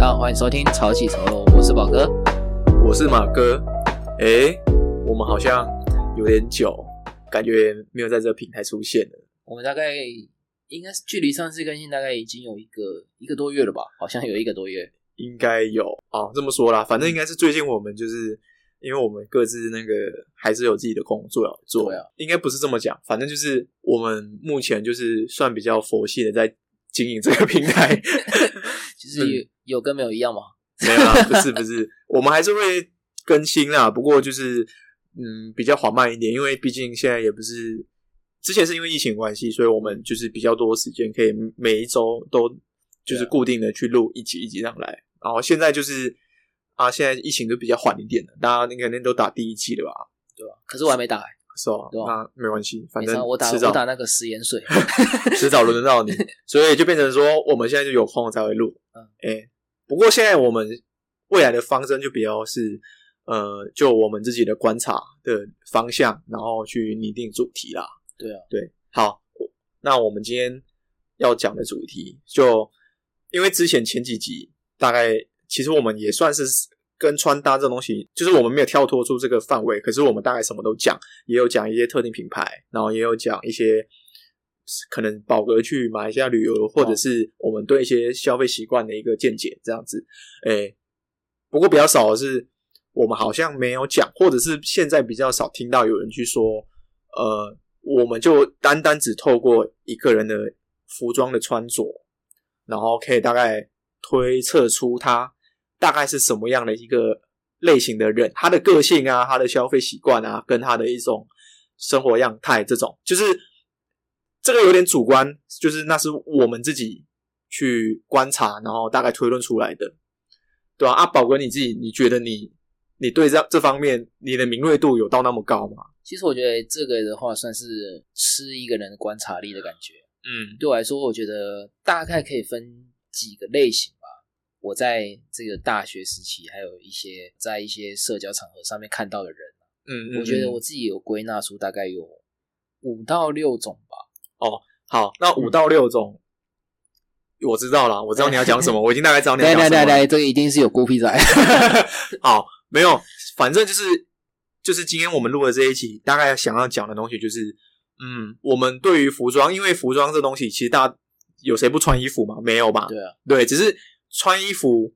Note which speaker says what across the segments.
Speaker 1: 啊欢迎收听《潮起潮落》，我是宝哥。
Speaker 2: 我是马哥。诶，我们好像有点久，感觉没有在这个平台出现了。
Speaker 1: 我们大概应该是距离上次更新大概已经有一个一个多月了吧，好像有一个多月。
Speaker 2: 应该有哦，这么说啦，反正应该是最近我们就是因为我们各自那个还是有自己的工作要做，
Speaker 1: 对啊
Speaker 2: 应该不是这么讲，反正就是我们目前就是算比较佛系的在经营这个平台，
Speaker 1: 其实有,、
Speaker 2: 嗯
Speaker 1: 有跟没有一样嘛。
Speaker 2: 没有啊啦，不是不是，我们还是会更新啦，不过就是嗯比较缓慢一点，因为毕竟现在也不是之前是因为疫情关系，所以我们就是比较多时间可以每一周都就是
Speaker 1: 啊
Speaker 2: 固定的去录一集一集这样来，然后现在就是啊现在疫情就比较缓一点了，大家肯定都打第一季了吧？
Speaker 1: 可是我还没打、欸，
Speaker 2: 是吧？
Speaker 1: 对啊
Speaker 2: 那没关系，反
Speaker 1: 没事
Speaker 2: 正
Speaker 1: 啊我打
Speaker 2: 迟
Speaker 1: 我
Speaker 2: 早
Speaker 1: 打那个食盐水，
Speaker 2: 迟早轮得到你，所以就变成说我们现在就有空才会录。
Speaker 1: 嗯
Speaker 2: 嗯，哎、不过现在我们未来的方针就比较是，呃，就我们自己的观察的方向，然后去拟定主题啦。
Speaker 1: 对啊，
Speaker 2: 对，好，我那我们今天要讲的主题就，因为之前前几集大概其实我们也算是跟穿搭这东西，就是我们没有跳脱出这个范围，可是我们大概什么都讲，也有讲一些特定品牌，然后也有讲一些可能宝格去马来西亚旅游，或者是我们对一些消费习惯的一个见解这样子。诶、不过比较少的是，我们好像没有讲，或者是现在比较少听到有人去说，呃，我们就单单只透过一个人的服装的穿着，然后可以大概推测出他大概是什么样的一个类型的人，他的个性啊，他的消费习惯啊，跟他的一种生活样态，这种就是这个有点主观，就是那是我们自己去观察，然后大概推论出来的，对啊，啊，宝哥你自己，你觉得你你对这这方面你的敏锐度有到那么高吗？
Speaker 1: 其实我觉得这个的话算是吃一个人的观察力的感觉。
Speaker 2: 嗯，
Speaker 1: 对我来说，我觉得大概可以分几个类型吧。我在这个大学时期，还有一些在一些社交场合上面看到的人，
Speaker 2: 嗯，嗯
Speaker 1: 我觉得
Speaker 2: 嗯
Speaker 1: 我自己有归纳出大概有五到六种吧。
Speaker 2: 好，那五到六种、我知道了，我知道你要讲什么，我已经大概知道你要
Speaker 1: 来
Speaker 2: 讲
Speaker 1: 来
Speaker 2: 什
Speaker 1: 来
Speaker 2: 么了。
Speaker 1: 来，这个一定是有孤僻仔。
Speaker 2: 好，没有，反正就是就是今天我们录的这一集，大概想要讲的东西就是，嗯，我们对于服装，因为服装这东西，其实大家有谁不穿衣服吗？没有吧？
Speaker 1: 对啊，
Speaker 2: 对，只是穿衣服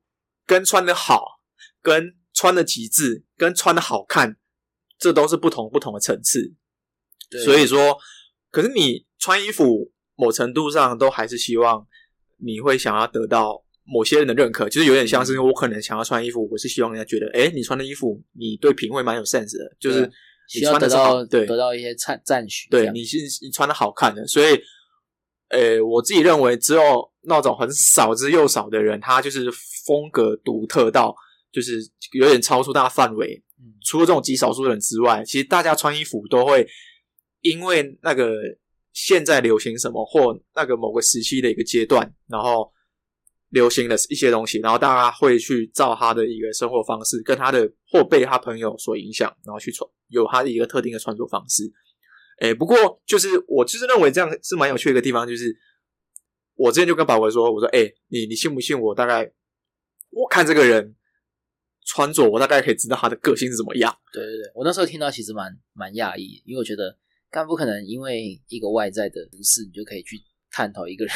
Speaker 2: 跟穿的好，跟穿的极致，跟穿的好看，这都是不同不同的层次。
Speaker 1: 对
Speaker 2: 所以说，可是你穿衣服某程度上都还是希望你会想要得到某些人的认可，就是有点像是我可能想要穿衣服，我是希望人家觉得，哎，你穿的衣服你对品味蛮有 sense 的，就
Speaker 1: 对
Speaker 2: 是
Speaker 1: 啊
Speaker 2: 你
Speaker 1: 需要
Speaker 2: 穿
Speaker 1: 得
Speaker 2: 的是好
Speaker 1: 到
Speaker 2: 对
Speaker 1: 得到一些赞赞许。这
Speaker 2: 对，
Speaker 1: 样
Speaker 2: 你是你穿的好看的，所以，呃，我自己认为只有那种很少之又少的人，他就是风格独特到就是有点超出大家范围。
Speaker 1: 嗯
Speaker 2: 除了这种极少数的人之外，其实大家穿衣服都会因为那个现在流行什么，或那个某个时期的一个阶段，然后流行的一些东西，然后大家会去照他的一个生活方式，跟他的或被他朋友所影响，然后去穿有他的一个特定的穿着方式。诶，不过就是我就是认为这样是蛮有趣的一个地方，就是我之前就跟宝文说，我说，诶，你你信不信我大概我看这个人穿着，我大概可以知道他的个性是怎么样。
Speaker 1: 对对对，我那时候听到其实蛮蛮讶异，因为我觉得干不可能因为一个外在的服饰，你就可以去探讨一个人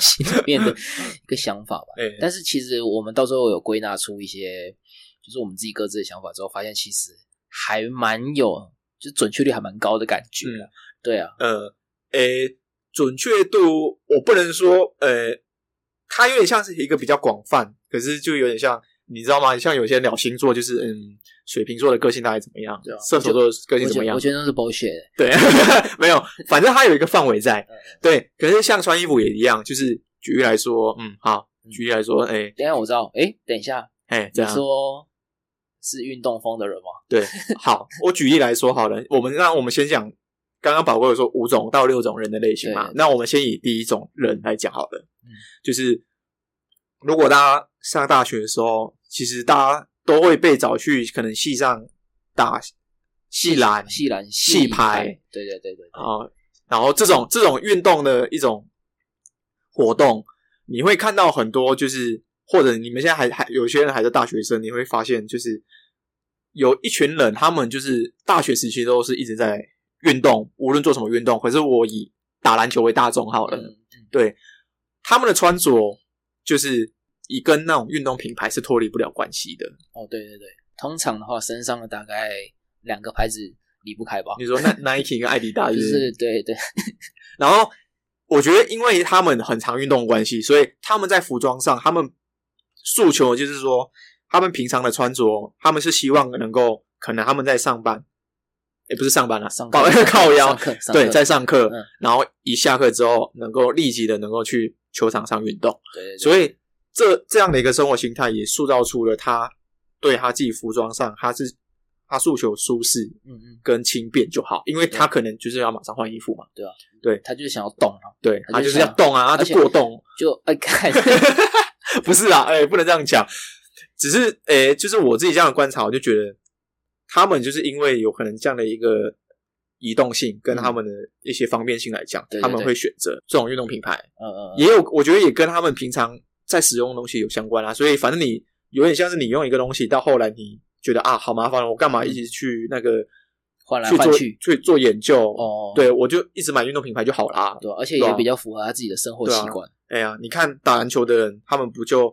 Speaker 1: 心里面的一个想法吧。
Speaker 2: 诶，
Speaker 1: 但是其实我们到最后有归纳出一些，就是我们自己各自的想法之后，发现其实还蛮有，就准确率还蛮高的感觉啦。对啊，
Speaker 2: 呃，诶，准确度我不能说，呃，它有点像是一个比较广泛，可是就有点像，你知道吗？像有些聊星座，就是嗯，水瓶座的个性大概怎么样
Speaker 1: 对啊，
Speaker 2: 射手座的个性
Speaker 1: 我
Speaker 2: 怎
Speaker 1: 觉
Speaker 2: 么
Speaker 1: 得
Speaker 2: 样
Speaker 1: 我，觉得那是 bullshit。
Speaker 2: 对， 没有，反正它有一个范围在。
Speaker 1: 嗯
Speaker 2: 对，可是像穿衣服也一样，就是举例来说，嗯，好，举例来说，哎
Speaker 1: 等一下我知道，哎，等一下，
Speaker 2: 哎，这
Speaker 1: 你
Speaker 2: 样
Speaker 1: 说是运动风的人吗？
Speaker 2: 对，好，我举例来说好了，我们那我们先讲，刚刚宝哥有说五种到六种人的类型嘛
Speaker 1: 对，
Speaker 2: 那我们先以第一种人来讲好了，
Speaker 1: 嗯
Speaker 2: 就是如果大家上大学的时候，其实大家都会被找去可能系上打系篮
Speaker 1: 系篮、
Speaker 2: 系排，
Speaker 1: 对对对对，
Speaker 2: 啊、然后这种这种运动的一种活动，你会看到很多就是或者你们现在还还有些人还在大学生，你会发现就是有一群人，他们就是大学时期都是一直在运动，无论做什么运动。可是我以打篮球为大众好了，
Speaker 1: 嗯嗯
Speaker 2: 对他们的穿着就是以跟那种运动品牌是脱离不了关系的。
Speaker 1: 哦，对对对，通常的话，身上的大概两个牌子离不开吧，
Speaker 2: 你说那 Nike 跟艾迪达
Speaker 1: 就
Speaker 2: 斯，
Speaker 1: 是对 对，
Speaker 2: 然后我觉得，因为他们很常运动的关系，所以他们在服装上，他们诉求就是说，他们平常的穿着，他们是希望能够，可能他们在上班，也不是上班了、啊，
Speaker 1: 上
Speaker 2: 靠
Speaker 1: 课
Speaker 2: 靠腰
Speaker 1: 上，课上
Speaker 2: 对，
Speaker 1: 课
Speaker 2: 在上课，
Speaker 1: 嗯
Speaker 2: 然后一下课之后，能够立即的能够去球场上运动，
Speaker 1: 对对对，
Speaker 2: 所以这这样的一个生活形态，也塑造出了他对他自己服装上，他是他诉求舒适
Speaker 1: 嗯嗯，
Speaker 2: 跟轻便就好，因为他可能就是要马上换衣服嘛。
Speaker 1: 他就是想要动啊，
Speaker 2: 对，
Speaker 1: 他
Speaker 2: 他
Speaker 1: 就
Speaker 2: 就是
Speaker 1: 想
Speaker 2: 要动啊，他
Speaker 1: 而
Speaker 2: 就
Speaker 1: 且
Speaker 2: 过动，
Speaker 1: 就哎看，
Speaker 2: 不是啊，哎、不能这样讲。只是，哎、就是我自己这样的观察，我就觉得他们就是因为有可能这样的一个移动性跟
Speaker 1: 嗯
Speaker 2: 他们的一些方便性来讲，
Speaker 1: 对对
Speaker 2: 他们
Speaker 1: 对
Speaker 2: 会选择这种运动品牌，
Speaker 1: 嗯嗯嗯，
Speaker 2: 也有我觉得也跟他们平常在使用的东西有相关啊。所以，反正你有点像是你用一个东西，到后来你觉得啊，好麻烦，我干嘛一直去那个
Speaker 1: 嗯换来
Speaker 2: 去
Speaker 1: 换
Speaker 2: 做
Speaker 1: 去，
Speaker 2: 去做研究？
Speaker 1: 哦，
Speaker 2: 对，我就一直买运动品牌就好啦。
Speaker 1: 对啊，而且
Speaker 2: 对啊
Speaker 1: 也比较符合他自己的生活
Speaker 2: 对啊
Speaker 1: 习惯，
Speaker 2: 哎呀，你看打篮球的人，他们不就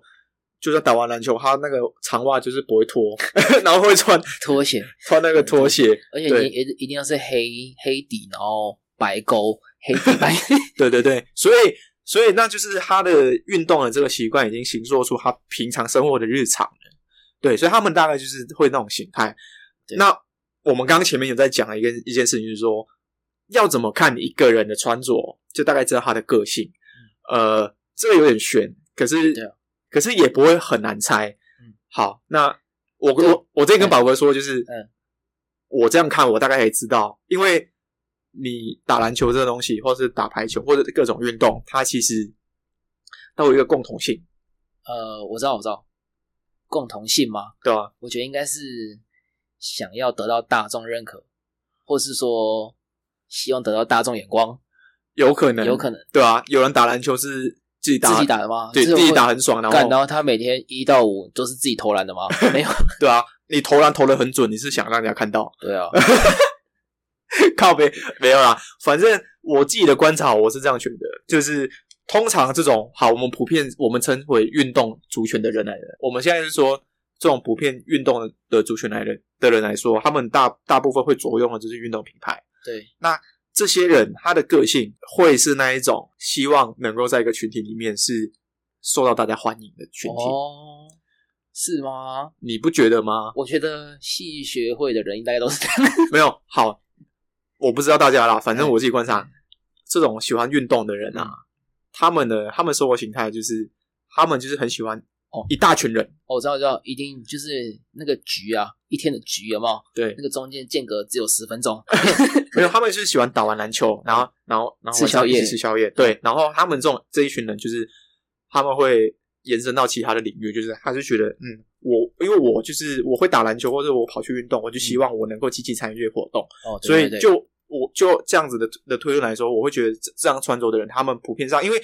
Speaker 2: 就算打完篮球，他那个长袜就是不会脱， 然后会穿
Speaker 1: 拖鞋，
Speaker 2: 穿那个拖鞋。
Speaker 1: 而且
Speaker 2: 对
Speaker 1: 你一一定要是黑黑底，然后白勾，黑底 白，
Speaker 2: 对对对，所以所以那就是他的运动的这个习惯已经形塑出他平常生活的日常了。对，所以他们大概就是会那种形态。
Speaker 1: 对
Speaker 2: 那我们刚刚前面有在讲的一个一件事情，就是说要怎么看一个人的穿着，就大概知道他的个性。呃，这个有点悬，可是
Speaker 1: 嗯对啊
Speaker 2: 可是也不会很难猜。
Speaker 1: 嗯
Speaker 2: 好，那我
Speaker 1: 对
Speaker 2: 我我之前跟宝哥说，就是
Speaker 1: 嗯
Speaker 2: 我这样看，我大概也知道，因为你打篮球这个东西，或是打排球，或者各种运动，它其实都有一个共同性，
Speaker 1: 呃，我知道我知道，共同性吗？
Speaker 2: 对吧、
Speaker 1: 我觉得应该是想要得到大众认可，或是说希望得到大众眼光，
Speaker 2: 有可能，
Speaker 1: 有可能
Speaker 2: 对啊，有人打篮球是自己打，
Speaker 1: 自己打的吗？
Speaker 2: 对，
Speaker 1: 这种
Speaker 2: 自己打
Speaker 1: 会
Speaker 2: 很爽，然
Speaker 1: 干，然
Speaker 2: 后
Speaker 1: 后他每天一到五都是自己投篮的吗？ 没有，
Speaker 2: 对啊，你投篮投的很准，你是想让人家看到，
Speaker 1: 对啊，
Speaker 2: 靠背没有啦，反正我自己的观察，我是这样觉得，就是通常这种好，我们普遍我们称为运动族群的人来的，我们现在是说这种普遍运动的族群来的的人来说，他们大大部分会着用的就是运动品牌。
Speaker 1: 对，
Speaker 2: 这些人他的个性会是那一种希望能够在一个群体里面是受到大家欢迎的群体，
Speaker 1: 哦，是吗？
Speaker 2: 你不觉得吗？
Speaker 1: 我觉得戏学会的人应该都是这样，
Speaker 2: 没有，好，我不知道大家啦，
Speaker 1: 嗯
Speaker 2: 反正我自己观察，这种喜欢运动的人啊，他们的他们生活形态就是，他们就是很喜欢
Speaker 1: 哦
Speaker 2: 一大群人，
Speaker 1: 我知道，我知道，一定就是那个局啊，一天的局有没有？
Speaker 2: 对
Speaker 1: 那，个中间间隔只有十分钟，
Speaker 2: 没有，他们就是喜欢打完篮球，然后然后然后
Speaker 1: 吃
Speaker 2: 晚上
Speaker 1: 宵夜嗯
Speaker 2: 一起吃宵夜，对，然后他们这种这一群人就是他们会延伸到其他的领域，就是他就觉得嗯。我因为我就是我会打篮球，或者我跑去运动，我就
Speaker 1: 嗯
Speaker 2: 希望我能够积极参与这些活动。
Speaker 1: 哦，对
Speaker 2: 所以
Speaker 1: 对对
Speaker 2: 就我就这样子的的推论来说，我会觉得这这样穿着的人，他们普遍上，因为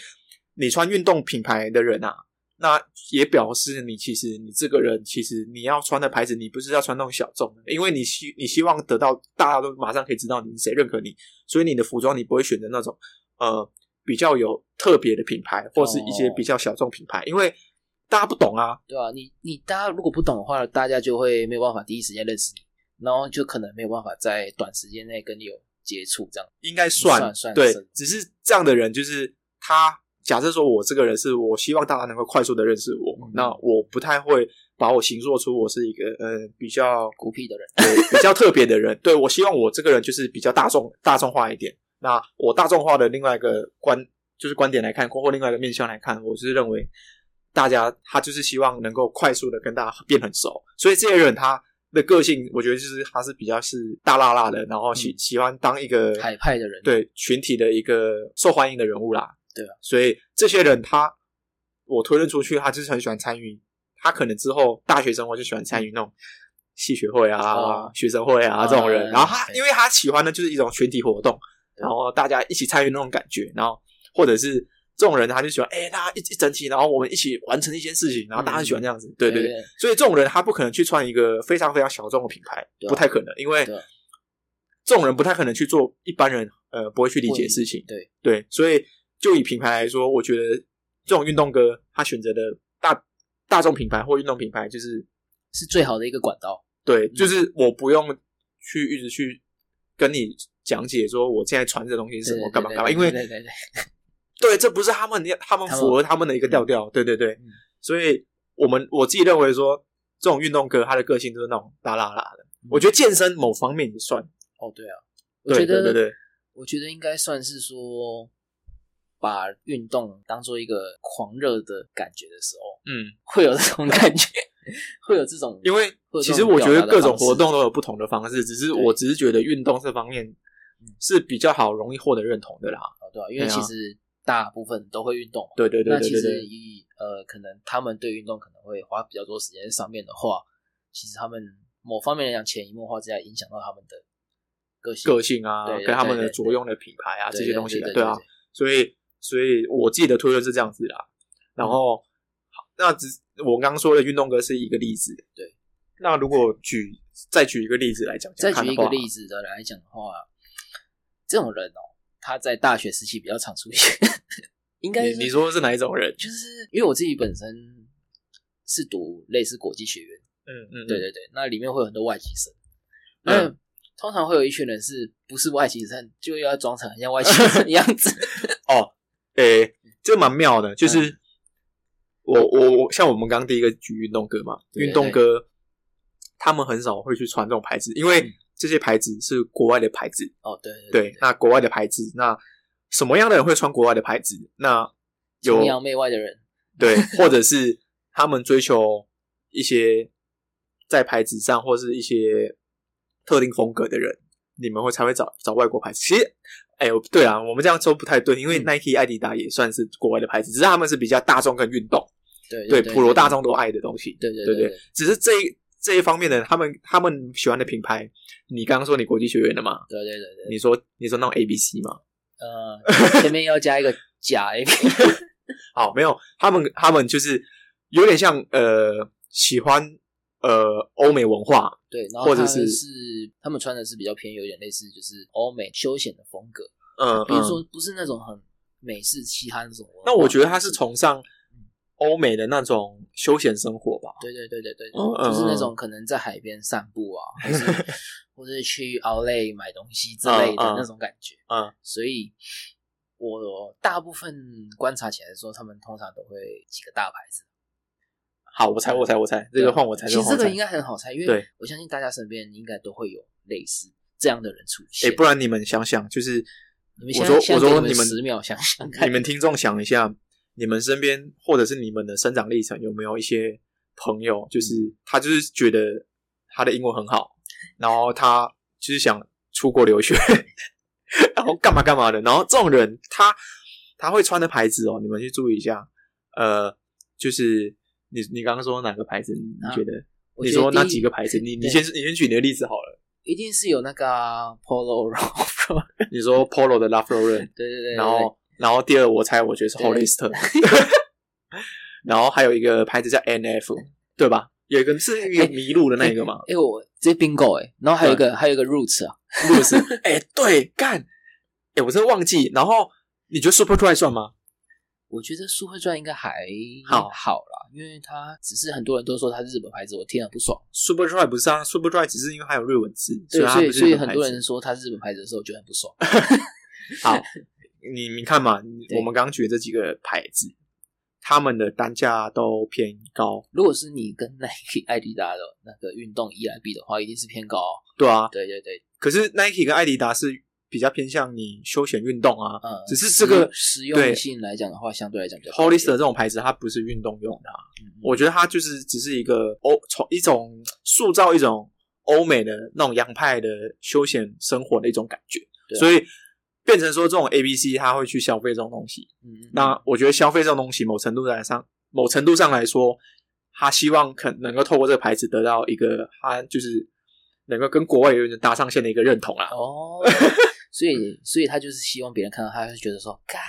Speaker 2: 你穿运动品牌的人啊，那也表示你其实你这个人，其实你要穿的牌子，你不是要穿那种小众的，因为你希你希望得到大家都马上可以知道你是谁，认可你，所以你的服装你不会选择那种呃比较有特别的品牌，或是一些
Speaker 1: 哦
Speaker 2: 比较小众品牌，因为大家不懂啊，
Speaker 1: 对啊，你你大家如果不懂的话，大家就会没有办法第一时间认识你，然后就可能没有办法在短时间内跟你有接触，这样
Speaker 2: 应该算
Speaker 1: 算算
Speaker 2: 对
Speaker 1: 算，
Speaker 2: 只是这样的人就是他。假设说我这个人是我希望大家能够快速的认识我，
Speaker 1: 嗯
Speaker 2: 那我不太会把我形塑出我是一个呃比较
Speaker 1: 孤僻的人，
Speaker 2: 对比较特别的人。对我希望我这个人就是比较大众大众化一点。那我大众化的另外一个观就是观点来看，或或另外一个面向来看，我是认为大家他就是希望能够快速的跟大家变很熟，所以这些人他。的个性，我觉得就是他是比较是大辣辣的，然后喜、
Speaker 1: 嗯
Speaker 2: 喜欢当一个
Speaker 1: 海派的人，
Speaker 2: 对群体的一个受欢迎的人物啦。
Speaker 1: 对啊，
Speaker 2: 所以这些人他，我推论出去，他就是很喜欢参与，他可能之后大学生活就喜欢参与那种系学会啊、
Speaker 1: 嗯哦
Speaker 2: 学生会啊、这种人。
Speaker 1: 嗯
Speaker 2: 然后他，
Speaker 1: 对
Speaker 2: 因为他喜欢的就是一种群体活动，
Speaker 1: 对
Speaker 2: 然后大家一起参与那种感觉，然后或者是这种人他就喜欢，哎、大家一一整体，然后我们一起完成一件事情，然后大家喜欢这样子，对对对。
Speaker 1: 对，
Speaker 2: 所以这种人他不可能去穿一个非常非常小众的品牌，
Speaker 1: 对啊
Speaker 2: 不太可能，因为
Speaker 1: 对啊
Speaker 2: 这种人不太可能去做一般人呃不会去理
Speaker 1: 不会
Speaker 2: 解事情。
Speaker 1: 对
Speaker 2: 对，所以就以品牌来说，我觉得这种运动哥他选择的大大众品牌或运动品牌，就是
Speaker 1: 是最好的一个管道。
Speaker 2: 对，就是我不用去一直去跟你讲解说我现在穿这东西是什么
Speaker 1: 对
Speaker 2: 干嘛
Speaker 1: 对
Speaker 2: 干嘛，
Speaker 1: 对
Speaker 2: 因为
Speaker 1: 对对对，
Speaker 2: 对，这不是他们他们
Speaker 1: 他们
Speaker 2: 符合他们的一个调调，对对对，
Speaker 1: 嗯
Speaker 2: 所以我们我自己认为说，这种运动哥他的个性就是那种大拉拉的。
Speaker 1: 嗯
Speaker 2: 我觉得健身某方面也算，
Speaker 1: 哦对啊，我
Speaker 2: 对
Speaker 1: 觉
Speaker 2: 对
Speaker 1: 得
Speaker 2: 对对，
Speaker 1: 我觉得应该算是说，把运动当做一个狂热的感觉的时候，
Speaker 2: 嗯，
Speaker 1: 会有这种感觉，会有这种
Speaker 2: 因为
Speaker 1: 会有
Speaker 2: 其
Speaker 1: 这种
Speaker 2: 实我觉得
Speaker 1: 表达的
Speaker 2: 各种
Speaker 1: 方式
Speaker 2: 活动都有不同的方式，只是
Speaker 1: 对嗯
Speaker 2: 我只是觉得运动这方面是比较好容易获得认同的啦。
Speaker 1: 哦对啊，因为
Speaker 2: 对啊
Speaker 1: 其实大部分都会运动嘛。
Speaker 2: 对对对
Speaker 1: 那
Speaker 2: 对
Speaker 1: 其
Speaker 2: 对
Speaker 1: 实
Speaker 2: 对，
Speaker 1: 以呃，可能他们对运动可能会花比较多时间在上面的话，其实他们某方面来讲，潜移默化之下影响到他们的个性。
Speaker 2: 个性啊
Speaker 1: 对，对
Speaker 2: 跟他们
Speaker 1: 对
Speaker 2: 的
Speaker 1: 对
Speaker 2: 着用的品牌啊
Speaker 1: 对
Speaker 2: 这些东西
Speaker 1: 对
Speaker 2: 的，
Speaker 1: 对
Speaker 2: 对啊，所以所以我自己的推论是这样子啦。然后，
Speaker 1: 嗯
Speaker 2: 好那只我刚刚说的运动哥是一个例子，
Speaker 1: 对。
Speaker 2: 那如果举再举一个例子来讲，
Speaker 1: 再举一个
Speaker 2: 子，
Speaker 1: 例子的来讲的话，这种人哦，他在大学时期比较常出现，应该是
Speaker 2: 你你说的是哪一种人？
Speaker 1: 就是因为我自己本身是读类似国际学院，
Speaker 2: 嗯嗯，
Speaker 1: 对
Speaker 2: 嗯，
Speaker 1: 对对，那里面会有很多外籍生，那、
Speaker 2: 嗯
Speaker 1: 通常会有一群人是不是外籍生，就要装成很像外籍生的样子，
Speaker 2: 哦，诶、这蛮妙的，就是、
Speaker 1: 嗯
Speaker 2: 我我我像我们刚刚第一个举运动哥嘛，
Speaker 1: 对对
Speaker 2: 运动哥他们很少会去穿这种牌子，因为
Speaker 1: 嗯
Speaker 2: 这些牌子是国外的牌子，
Speaker 1: 哦，对对
Speaker 2: 对，那国外的牌子，那什么样的人会穿国外的牌子？那有
Speaker 1: 崇洋媚外的人，
Speaker 2: 对，或者是他们追求一些在牌子上或是一些特定风格的人，你们会才会找找外国牌子。其实，哎呦，对啊，我们这样说不太对，因为
Speaker 1: 嗯
Speaker 2: Nike、艾迪达也算是国外的牌子，只是他们是比较大众跟运动，
Speaker 1: 对
Speaker 2: 对普罗大
Speaker 1: 众，
Speaker 2: 众都爱的东西。
Speaker 1: 对对
Speaker 2: 对
Speaker 1: 对
Speaker 2: 对
Speaker 1: 对，
Speaker 2: 只是这一这一方面的，他们他们喜欢的品牌，你刚刚说你国际学院的嘛？
Speaker 1: 对对对对，
Speaker 2: 你说你说那种 A B C 嘛？
Speaker 1: 呃，前面要加一个假 A P，
Speaker 2: 好，没有，他们他们就是有点像呃，喜欢呃欧美文化，
Speaker 1: 对，然后
Speaker 2: 或者
Speaker 1: 他们
Speaker 2: 是
Speaker 1: 是他们穿的是比较偏有点类似就是欧美休闲的风格，
Speaker 2: 嗯，
Speaker 1: 比如
Speaker 2: 嗯
Speaker 1: 说不是那种很美式嘻哈那种文化，
Speaker 2: 那我觉得他
Speaker 1: 嗯
Speaker 2: 是崇尚欧美的那种休闲生活吧，
Speaker 1: 对对对对对，
Speaker 2: 嗯嗯
Speaker 1: 哦就是那
Speaker 2: 嗯
Speaker 1: 种可能在海边散步啊，或 是或是去 Outlet 买东西之类的
Speaker 2: 嗯嗯
Speaker 1: 那种感觉。
Speaker 2: 嗯，
Speaker 1: 所以我大部分观察起来说，他们通常都会几个大牌子。
Speaker 2: 好，我猜，我猜，我猜，这个换我猜，
Speaker 1: 啊其实这
Speaker 2: 换我
Speaker 1: 个
Speaker 2: 猜
Speaker 1: 应该很好猜，因为
Speaker 2: 对
Speaker 1: 我相信大家身边应该都会有类似这样的人出现。
Speaker 2: 哎，不然你们想想，就是
Speaker 1: 你们现
Speaker 2: 我
Speaker 1: 在
Speaker 2: 说
Speaker 1: 现
Speaker 2: 我
Speaker 1: 在
Speaker 2: 说
Speaker 1: 给
Speaker 2: 你们
Speaker 1: 十秒想想看，
Speaker 2: 你们听众想一下，你们身边或者是你们的生长历程有没有一些朋友，就是
Speaker 1: 嗯
Speaker 2: 他就是觉得他的英文很好，然后他就是想出国留学， 然后干嘛干嘛的，然后这种人他他会穿的牌子哦，你们去注意一下，呃，就是你你刚刚说哪个牌子？你
Speaker 1: 啊
Speaker 2: 你觉得？
Speaker 1: 我
Speaker 2: 你
Speaker 1: 觉得
Speaker 2: 说
Speaker 1: 第
Speaker 2: 那
Speaker 1: 一
Speaker 2: 几个牌子？你你
Speaker 1: 对
Speaker 2: 先你先举你的例子好了。
Speaker 1: 一定是有那个啊 Polo Ralph Lauren，
Speaker 2: 你说 Polo 的 Ralph Lauren，
Speaker 1: 对对对对，
Speaker 2: 然后然后第二我猜我觉得是
Speaker 1: 对
Speaker 2: Hollister，然后还有一个牌子叫 NF，对吧？有一个是一个麋鹿的那一个嘛，
Speaker 1: 哎、我这 bingo 哎、然后还有一个还有一个 Roots 啊，
Speaker 2: 鹿是哎对干，哎我真的忘记。然后你觉得 Super Dry 算吗？
Speaker 1: 我觉得苏慧传应该还
Speaker 2: 好
Speaker 1: 好啦，因为它只是很多人都说它是日本牌子，我听了不爽。
Speaker 2: Super Dry 不是啊，Super Dry 只是因为它有日文字，
Speaker 1: 对，
Speaker 2: 它
Speaker 1: 所以
Speaker 2: 不是
Speaker 1: 所
Speaker 2: 日
Speaker 1: 以
Speaker 2: 本
Speaker 1: 很
Speaker 2: 牌
Speaker 1: 多
Speaker 2: 子
Speaker 1: 人说它是日本牌子的时候，我觉得很不爽。
Speaker 2: 好，你你看嘛，你
Speaker 1: 对
Speaker 2: 我们刚举的这几个牌子，他们的单价都偏高，
Speaker 1: 如果是你跟 Nike、艾 迪达的那个运动依来比的话，一定是偏高哦、
Speaker 2: 对啊。
Speaker 1: 对对对，
Speaker 2: 可是 Nike 跟艾迪达是比较偏向你休闲运动啊，
Speaker 1: 嗯，
Speaker 2: 只是这个
Speaker 1: 实
Speaker 2: 对
Speaker 1: 用性来讲的话，相对来讲比较高一
Speaker 2: Hollister
Speaker 1: 点。
Speaker 2: 这种牌子，它不是运动用的啊、
Speaker 1: 嗯嗯
Speaker 2: 我觉得它就是只是一个欧从一种塑造一种欧美的那种洋派的休闲生活的一种感觉，
Speaker 1: 对啊
Speaker 2: 所以变成说这种 A B C 它会去消费这种东西。
Speaker 1: 嗯嗯嗯
Speaker 2: 那我觉得消费这种东西，某程度来上，某程度上来说，他希望可能够透过这个牌子得到一个他就是能够跟国外有点搭上线的一个认同啦。啊
Speaker 1: 哦，所以所以他就是希望别人看到他，就觉得说，干，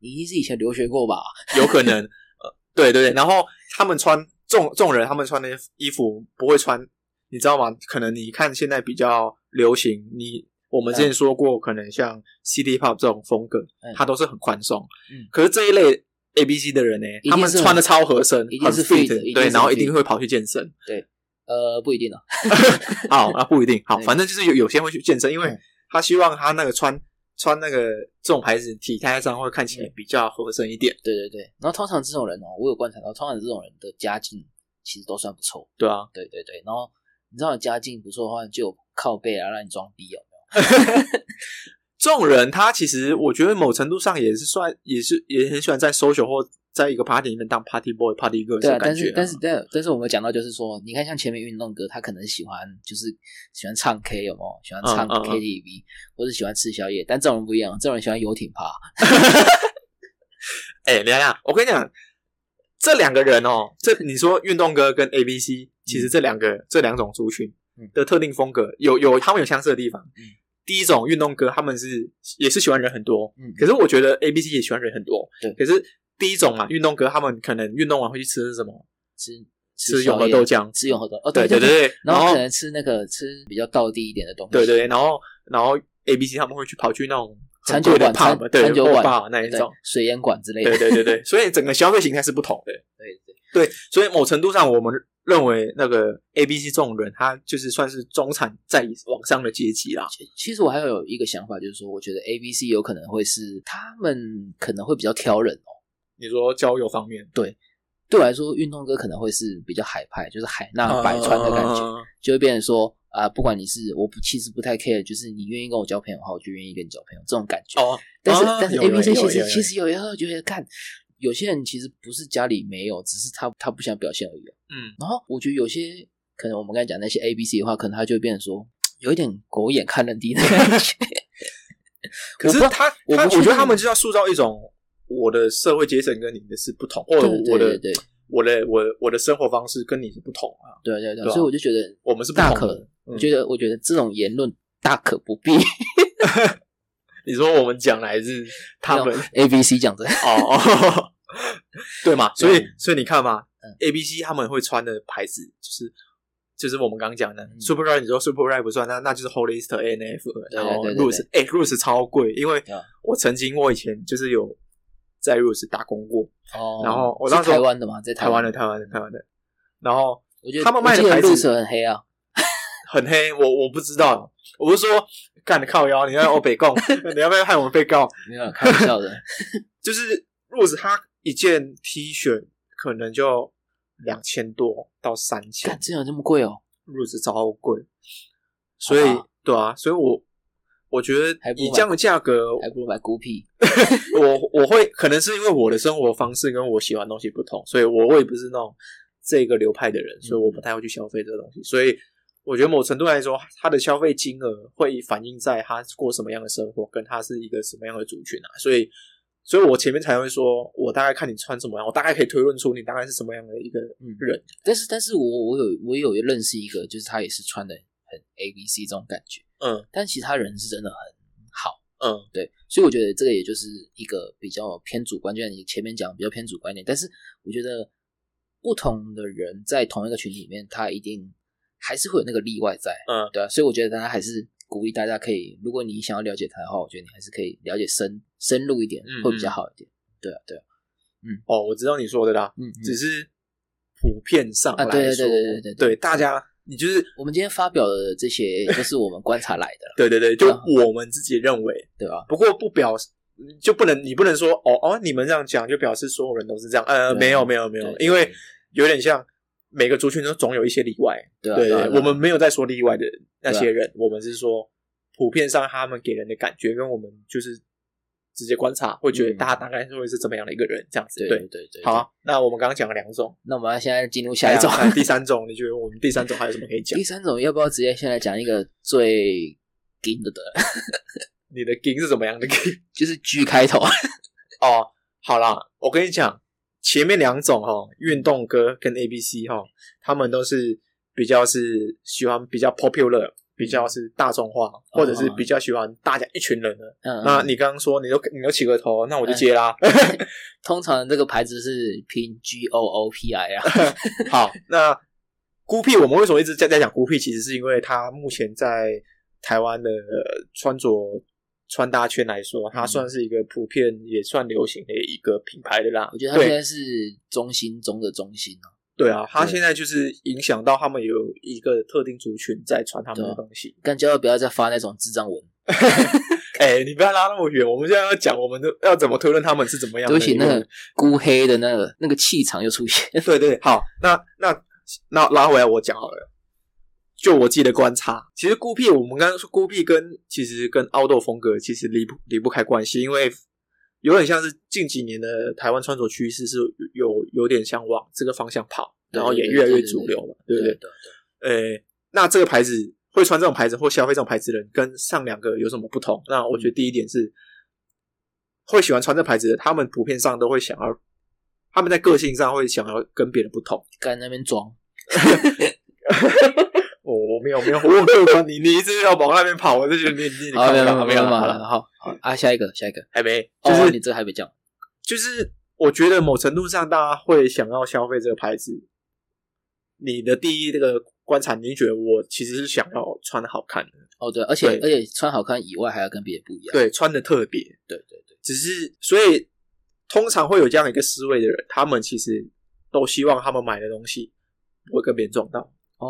Speaker 1: 你你一定是以前留学过吧？
Speaker 2: 有可能，呃，对对对。然后他们穿这种这种人，他们穿的衣服不会穿，你知道吗？可能你看现在比较流行，你我们之前说过，可能像 City Pop 这种风格，
Speaker 1: 嗯
Speaker 2: 它都是很宽松。
Speaker 1: 嗯
Speaker 2: 可是这一类 A B C 的人呢
Speaker 1: 一定是，
Speaker 2: 他们穿的超合身，
Speaker 1: 一定
Speaker 2: 很
Speaker 1: 是 fit，一
Speaker 2: fit，
Speaker 1: 定
Speaker 2: 对，
Speaker 1: 是
Speaker 2: 然后一
Speaker 1: fit
Speaker 2: 定会跑去健身。
Speaker 1: 呃，不一定哦。
Speaker 2: 好，那不一定。好，
Speaker 1: 对
Speaker 2: 反正就是有有些会去健身，因为
Speaker 1: 嗯
Speaker 2: 他希望他那个穿穿那个这种牌子体态上会看起
Speaker 1: 嗯
Speaker 2: 来比较合身一点，
Speaker 1: 对对对，然后通常这种人哦，我有观察到，通常这种人的家境其实都算不错。
Speaker 2: 对啊。
Speaker 1: 对对对，然后你知道你家境不错的话，就有靠背啊，让你装逼哦。
Speaker 2: 这种人他其实我觉得某程度上也是算也是也很喜欢在 social 或在一个 party 里面当 party boy、party girl
Speaker 1: 对啊，
Speaker 2: 的
Speaker 1: 但
Speaker 2: 感觉
Speaker 1: 是
Speaker 2: 啊。
Speaker 1: 但是但但是我们讲到就是说，你看像前面运动哥，他可能喜欢就是喜欢唱 K 有没有？喜欢唱
Speaker 2: 嗯嗯嗯
Speaker 1: KTV，、或者喜欢吃宵夜，但这种人不一样，这种人喜欢游艇趴。
Speaker 2: 哎，聊聊，我跟你讲，这两个人哦，这你说运动哥跟 A B C，其实这两个、这两种族群
Speaker 1: 嗯
Speaker 2: 的特定风格有有他们有相似的地方。
Speaker 1: 嗯
Speaker 2: 第一种运动哥，他们是也是喜欢人很多，
Speaker 1: 嗯
Speaker 2: 可是我觉得 A B C 也喜欢人很多。
Speaker 1: 对
Speaker 2: 可是第一种嘛，运动哥他们可能运动完会去吃什么？
Speaker 1: 吃
Speaker 2: 吃
Speaker 1: 宵
Speaker 2: 永和
Speaker 1: 夜
Speaker 2: 豆浆
Speaker 1: 吃永和豆哦，
Speaker 2: 对
Speaker 1: 对
Speaker 2: 对对，
Speaker 1: 然
Speaker 2: 然
Speaker 1: 后
Speaker 2: 后
Speaker 1: 可能吃那个吃比较道地一点的东西。
Speaker 2: 对对，对然后然后 A B C 他们会去跑去那种
Speaker 1: 餐
Speaker 2: 很
Speaker 1: 酒
Speaker 2: 贵的
Speaker 1: 馆、餐
Speaker 2: pub，对
Speaker 1: 餐酒
Speaker 2: 或
Speaker 1: 馆
Speaker 2: bar 那一
Speaker 1: 对
Speaker 2: 种。
Speaker 1: 水烟馆之类的。
Speaker 2: 对对对 对，所以整个消费形态是不同的。
Speaker 1: 对对，
Speaker 2: 对，所以某程度上，我们认为那个 A、B、C 这种人，他就是算是中产再往上的阶级啦。
Speaker 1: 其其实我还有一个想法，就是说，我觉得 A、B、C 有可能会是他们可能会比较挑人哦。
Speaker 2: 你说交友方面，
Speaker 1: 对我来说，运动哥可能会是比较海派，就是海纳啊百川的感觉，
Speaker 2: 嗯
Speaker 1: 就会变成说啊、不管你是我不其实不太 care，就是你愿意跟我交朋友的话，我就愿意跟你交朋友这种感觉。
Speaker 2: 哦，
Speaker 1: 但是、
Speaker 2: 啊
Speaker 1: 但是
Speaker 2: 有
Speaker 1: A、B、C
Speaker 2: 有
Speaker 1: 其
Speaker 2: 有
Speaker 1: 实
Speaker 2: 有有
Speaker 1: 其实有时候觉得看。有些人其实不是家里没有，只是他他不想表现而已啊。
Speaker 2: 嗯，
Speaker 1: 然后我觉得有些可能我们刚才讲那些 A、B、C 的话，可能他就会变成说有一点狗眼看人低的感觉。
Speaker 2: 可是
Speaker 1: 我不
Speaker 2: 他
Speaker 1: 我不
Speaker 2: 他，我
Speaker 1: 确定
Speaker 2: 觉得他们就要塑造一种我的社会阶层跟你的是不同，或者
Speaker 1: 对
Speaker 2: 我
Speaker 1: 对
Speaker 2: 的
Speaker 1: 对啊
Speaker 2: 我的我的我的生活方式跟你是不同啊，
Speaker 1: 对对对，
Speaker 2: 对啊
Speaker 1: 所以我就觉得
Speaker 2: 我们是不
Speaker 1: 大
Speaker 2: 同
Speaker 1: 可，
Speaker 2: 的。嗯
Speaker 1: 我觉得我觉得这种言论大可不必。
Speaker 2: 你说我们讲的还是他们
Speaker 1: A、B、C 讲的，
Speaker 2: 哦哦，对嘛？所以
Speaker 1: 嗯
Speaker 2: 所以你看嘛
Speaker 1: 嗯
Speaker 2: ，A B C 他们会穿的牌子就是就是我们刚刚讲的
Speaker 1: 嗯
Speaker 2: Super Red，你说 Super Red 不算，那那就是 Hollister N F，
Speaker 1: 对
Speaker 2: 然后
Speaker 1: 对对
Speaker 2: Rose，哎，Rose 超贵，因为
Speaker 1: 啊
Speaker 2: 我曾经我以前就是有在 Rose 打工过，
Speaker 1: 哦
Speaker 2: 然后我
Speaker 1: 是
Speaker 2: 那时候
Speaker 1: 台湾的嘛，在
Speaker 2: 台湾的
Speaker 1: 的，
Speaker 2: 台湾的台湾的，然后
Speaker 1: 我觉得
Speaker 2: 他们卖的
Speaker 1: 我记得
Speaker 2: 牌子
Speaker 1: 路色很黑啊，
Speaker 2: 很黑，我我不知道，我不是说干靠腰，你要 欧北供，你要不要害我们被告？
Speaker 1: 没有啦啊开玩 笑的，
Speaker 2: 就是 Rose 她一件 T 恤可能就两千多到三千
Speaker 1: 看，真有这么贵哦，
Speaker 2: Rose 超贵，所以
Speaker 1: 好吧
Speaker 2: 对啊，所以我我觉得
Speaker 1: 还不如
Speaker 2: 以这样的价格，
Speaker 1: 还不如买孤僻。
Speaker 2: 我我会可能是因为我的生活方式跟我喜欢的东西不同，所以我我也不是那种这个流派的人，所以
Speaker 1: 嗯
Speaker 2: 我不太会去消费这个东西，所以。我觉得某程度来说，他的消费金额会反映在他过什么样的生活，跟他是一个什么样的族群啊。所以，所以我前面才会说，我大概看你穿什么样，我大概可以推论出你大概是什么样的一个
Speaker 1: 嗯
Speaker 2: 人。
Speaker 1: 但是但是我我有我有认识一个，就是他也是穿的很 A、B、C 这种感觉，
Speaker 2: 嗯
Speaker 1: 但其他人是真的很好。
Speaker 2: 嗯
Speaker 1: 对，所以我觉得这个也就是一个比较偏主观，就像你前面讲比较偏主观一点，但是我觉得不同的人在同一个群体里面，他一定还是会有那个例外在，
Speaker 2: 嗯
Speaker 1: 对啊，所以我觉得大家还是鼓励大家可以，如果你想要了解他的话，我觉得你还是可以了解深深入一点，
Speaker 2: 嗯
Speaker 1: 会比较好一点。对啊，对啊，
Speaker 2: 哦，我知道你说的啦，
Speaker 1: 嗯，嗯
Speaker 2: 只是普遍上
Speaker 1: 啊
Speaker 2: 来
Speaker 1: 对
Speaker 2: 说，
Speaker 1: 对对对对对
Speaker 2: 对大家，你就是
Speaker 1: 我们今天发表的这些都是我们观察来的啦，
Speaker 2: 对对对，就
Speaker 1: 对啊
Speaker 2: 我们自己认为，
Speaker 1: 对吧？
Speaker 2: 不过不表示就不能，你不能说哦哦，你们这样讲就表示所有人都是这样，呃，
Speaker 1: 对啊
Speaker 2: 没有没有没有
Speaker 1: 对，对
Speaker 2: 因为有点像每个族群都总有一些例外，
Speaker 1: 对啊
Speaker 2: 对
Speaker 1: 对啊
Speaker 2: 对，
Speaker 1: 对啊
Speaker 2: 我们没有在说例外的那
Speaker 1: 对啊
Speaker 2: 些人，我们是说普遍上他们给人的感觉，跟我们就是直接观察会觉得
Speaker 1: 嗯
Speaker 2: 大家大概会是怎么样的一个人这样子，
Speaker 1: 对
Speaker 2: 对
Speaker 1: 对。对对，
Speaker 2: 好啊，那我们刚刚讲了两种，
Speaker 1: 那我们现在进入下一种。
Speaker 2: 哎呀哎第三种，你觉得我们第三种还有什么可 以讲
Speaker 1: 第？三种，要不要直接先来讲一个最硬的的，
Speaker 2: 你的 g 是怎么样的 g
Speaker 1: 就是 G 开头，啊
Speaker 2: 哦，好啦，我跟你讲，前面两种哦，运动哥跟 A B C 哈、哦，他们都是比较是喜欢比较 popular，比较是大众化，或者是比较喜欢大家一群人的。
Speaker 1: 啊嗯，
Speaker 2: 那
Speaker 1: 嗯
Speaker 2: 你刚刚说你都你都起个头，那我就接 啦。
Speaker 1: 通常这个牌子是拼 G O O P I 啊，
Speaker 2: 好，那孤僻我们为什么一直在在讲孤僻？其实是因为它目前在台湾的、呃穿着穿搭圈来说，它
Speaker 1: 嗯
Speaker 2: 算是一个普遍也算流行的一个品牌的啦。
Speaker 1: 我觉得它现
Speaker 2: 对
Speaker 1: 在是中心中的中心哦。
Speaker 2: 对啊，它
Speaker 1: 对
Speaker 2: 现在就是影响到他们有一个特定族群在穿他们的
Speaker 1: 对啊
Speaker 2: 东西。
Speaker 1: 但千万不要再发那种智障文，
Speaker 2: 哎、你不要拉那么远，我们现在要讲我们的要怎么推论他们是怎么样
Speaker 1: 对
Speaker 2: 的
Speaker 1: 不
Speaker 2: 一。
Speaker 1: 起，那个孤黑的那个那个气场又出现。
Speaker 2: 对对，好，那那那拉回来我讲好了。就我自己的观察，其实孤僻，我们刚刚说孤僻跟其实跟凹豆风格其实离不离不开关系，因为有点像是近几年的台湾穿着趋势是有有点像往这个方向跑，然后也越来越主流嘛，对不对？
Speaker 1: 对，
Speaker 2: 呃，那这个牌子会穿这种牌子或消费这种牌子的人，跟上两个有什么不同？那我觉得第一点是，会喜欢穿这牌子的，他们普遍上都会想要，他们在个性上会想要跟别人不同。
Speaker 1: 干那边装，
Speaker 2: 我、哦我没有 没有，我没有你你一直要往那边跑，我就觉得你你你
Speaker 1: 好，
Speaker 2: 看
Speaker 1: 没有没
Speaker 2: 好
Speaker 1: 有没
Speaker 2: 有
Speaker 1: 有
Speaker 2: 好
Speaker 1: 了，
Speaker 2: 了，
Speaker 1: 好好啊，下一个下一个，
Speaker 2: 还没，就
Speaker 1: 哦，
Speaker 2: 是
Speaker 1: 你这个还没讲，
Speaker 2: 就是我觉得某程度上大家会想要消费这个牌子，你的第一这个观察，你觉得我其实是想要穿的好看的。
Speaker 1: 哦对，而且
Speaker 2: 对
Speaker 1: 而且穿好看以外，还要跟别人不一样，
Speaker 2: 对，穿的特别，
Speaker 1: 对
Speaker 2: 对对，只是所以通常会有这样一个思维的人，他们其实都希望他们买的东西不会跟别人撞到，
Speaker 1: 哦，